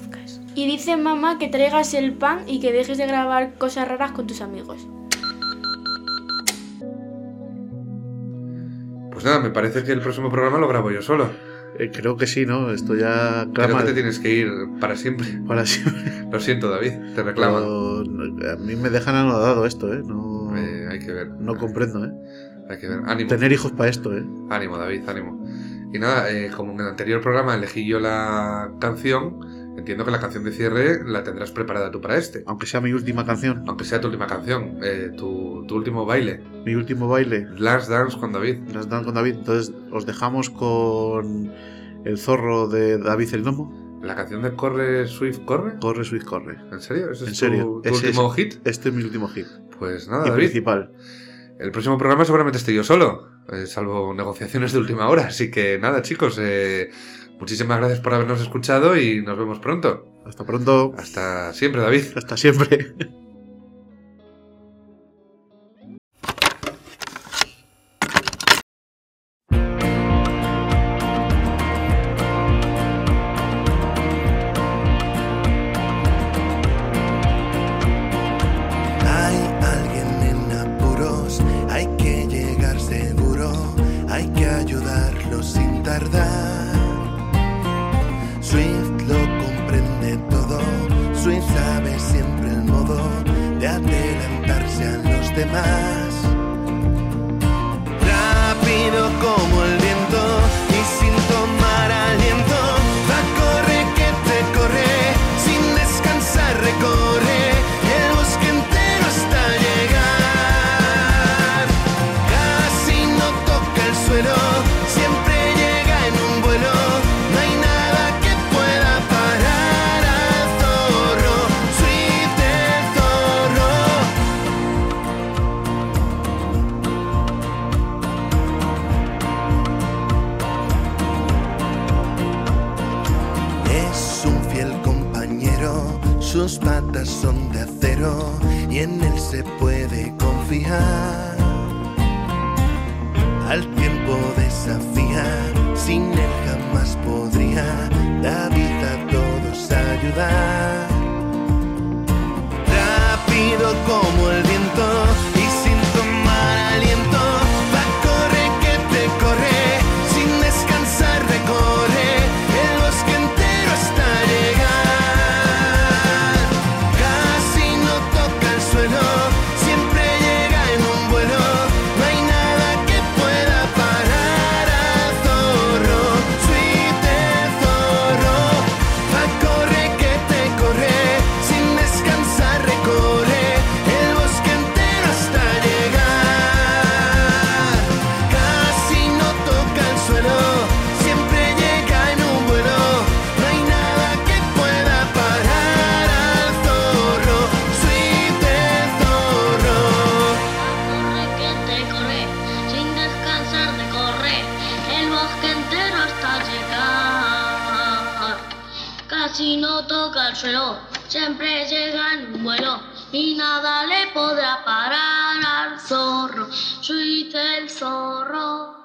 [SPEAKER 8] Y dice mamá que traigas el pan y que dejes de grabar cosas raras con tus amigos.
[SPEAKER 2] Pues nada, me parece que el próximo programa lo grabo yo solo.
[SPEAKER 3] Eh, creo que sí, ¿no? Esto ya
[SPEAKER 2] Creo
[SPEAKER 3] clama
[SPEAKER 2] que te tienes que ir para siempre.
[SPEAKER 3] para siempre.
[SPEAKER 2] Lo siento, David, te reclaman.
[SPEAKER 3] Pero no, a mí me dejan anodado esto, ¿eh? No,
[SPEAKER 2] Eh, hay que ver.
[SPEAKER 3] no comprendo, ¿eh?
[SPEAKER 2] Hay que ver. Ánimo.
[SPEAKER 3] Tener hijos para esto, ¿eh?
[SPEAKER 2] Ánimo, David, ánimo. Y nada, eh, como en el anterior programa elegí yo la canción, entiendo que la canción de cierre la tendrás preparada tú para este.
[SPEAKER 3] Aunque sea mi última canción,
[SPEAKER 2] Aunque sea tu última canción, eh, tu, tu último baile.
[SPEAKER 3] mi último baile,
[SPEAKER 2] Last Dance con David.
[SPEAKER 3] las dan con David. Entonces os dejamos con el zorro de David el Nomo.
[SPEAKER 2] ¿La canción de Corre Swift Corre?
[SPEAKER 3] Corre, Swift, corre.
[SPEAKER 2] ¿En serio? ¿Ese
[SPEAKER 3] En
[SPEAKER 2] es
[SPEAKER 3] serio,
[SPEAKER 2] tu, tu
[SPEAKER 3] ese
[SPEAKER 2] último
[SPEAKER 3] es-
[SPEAKER 2] hit?
[SPEAKER 3] Este es mi último hit.
[SPEAKER 2] Pues nada,
[SPEAKER 3] y
[SPEAKER 2] David.
[SPEAKER 3] principal.
[SPEAKER 2] El próximo programa seguramente esté yo solo, eh, salvo negociaciones de última hora. Así que nada, chicos, eh, muchísimas gracias por habernos escuchado y nos vemos pronto.
[SPEAKER 3] Hasta pronto.
[SPEAKER 2] Ah. Hasta siempre, David.
[SPEAKER 3] Hasta siempre.
[SPEAKER 9] I hacerlo sin tardar. Swift lo comprende todo. Swift sabe siempre el modo de adelantarse a los demás. Rápido como el viento y sin tomar aliento. Va, corre, que te corre. Sin descansar recorre el bosque entero hasta llegar. Casi no toca el suelo, siempre llega en un vuelo. No hay nada que pueda parar al zorro, Swift el zorro. Es un fiel compañero, sus patas son de acero y en él se puede confiar. Al tiempo desafía, sin él jamás podría David a todos ayudar. Rápido como el viento y sin tomar aliento, va, corre que te corre, sin descansar recorre el bosque entero hasta llegar. Casi no toca el suelo, siempre llega en un vuelo, no hay nada que pueda parar al zorro, suite zorro. Va, corre que te corre, sin descansar recorre el bosque entero hasta llegar. Casi no toca el suelo, siempre llega en un vuelo. No hay nada que pueda parar al zorro,
[SPEAKER 7] Corre
[SPEAKER 9] suite zorro.
[SPEAKER 7] que te corre, sin descansar te corre, el bosque entero hasta llegar. Casi no toca el suelo, siempre llega en un vuelo y nada le podrá parar al zorro. Soy el zorro.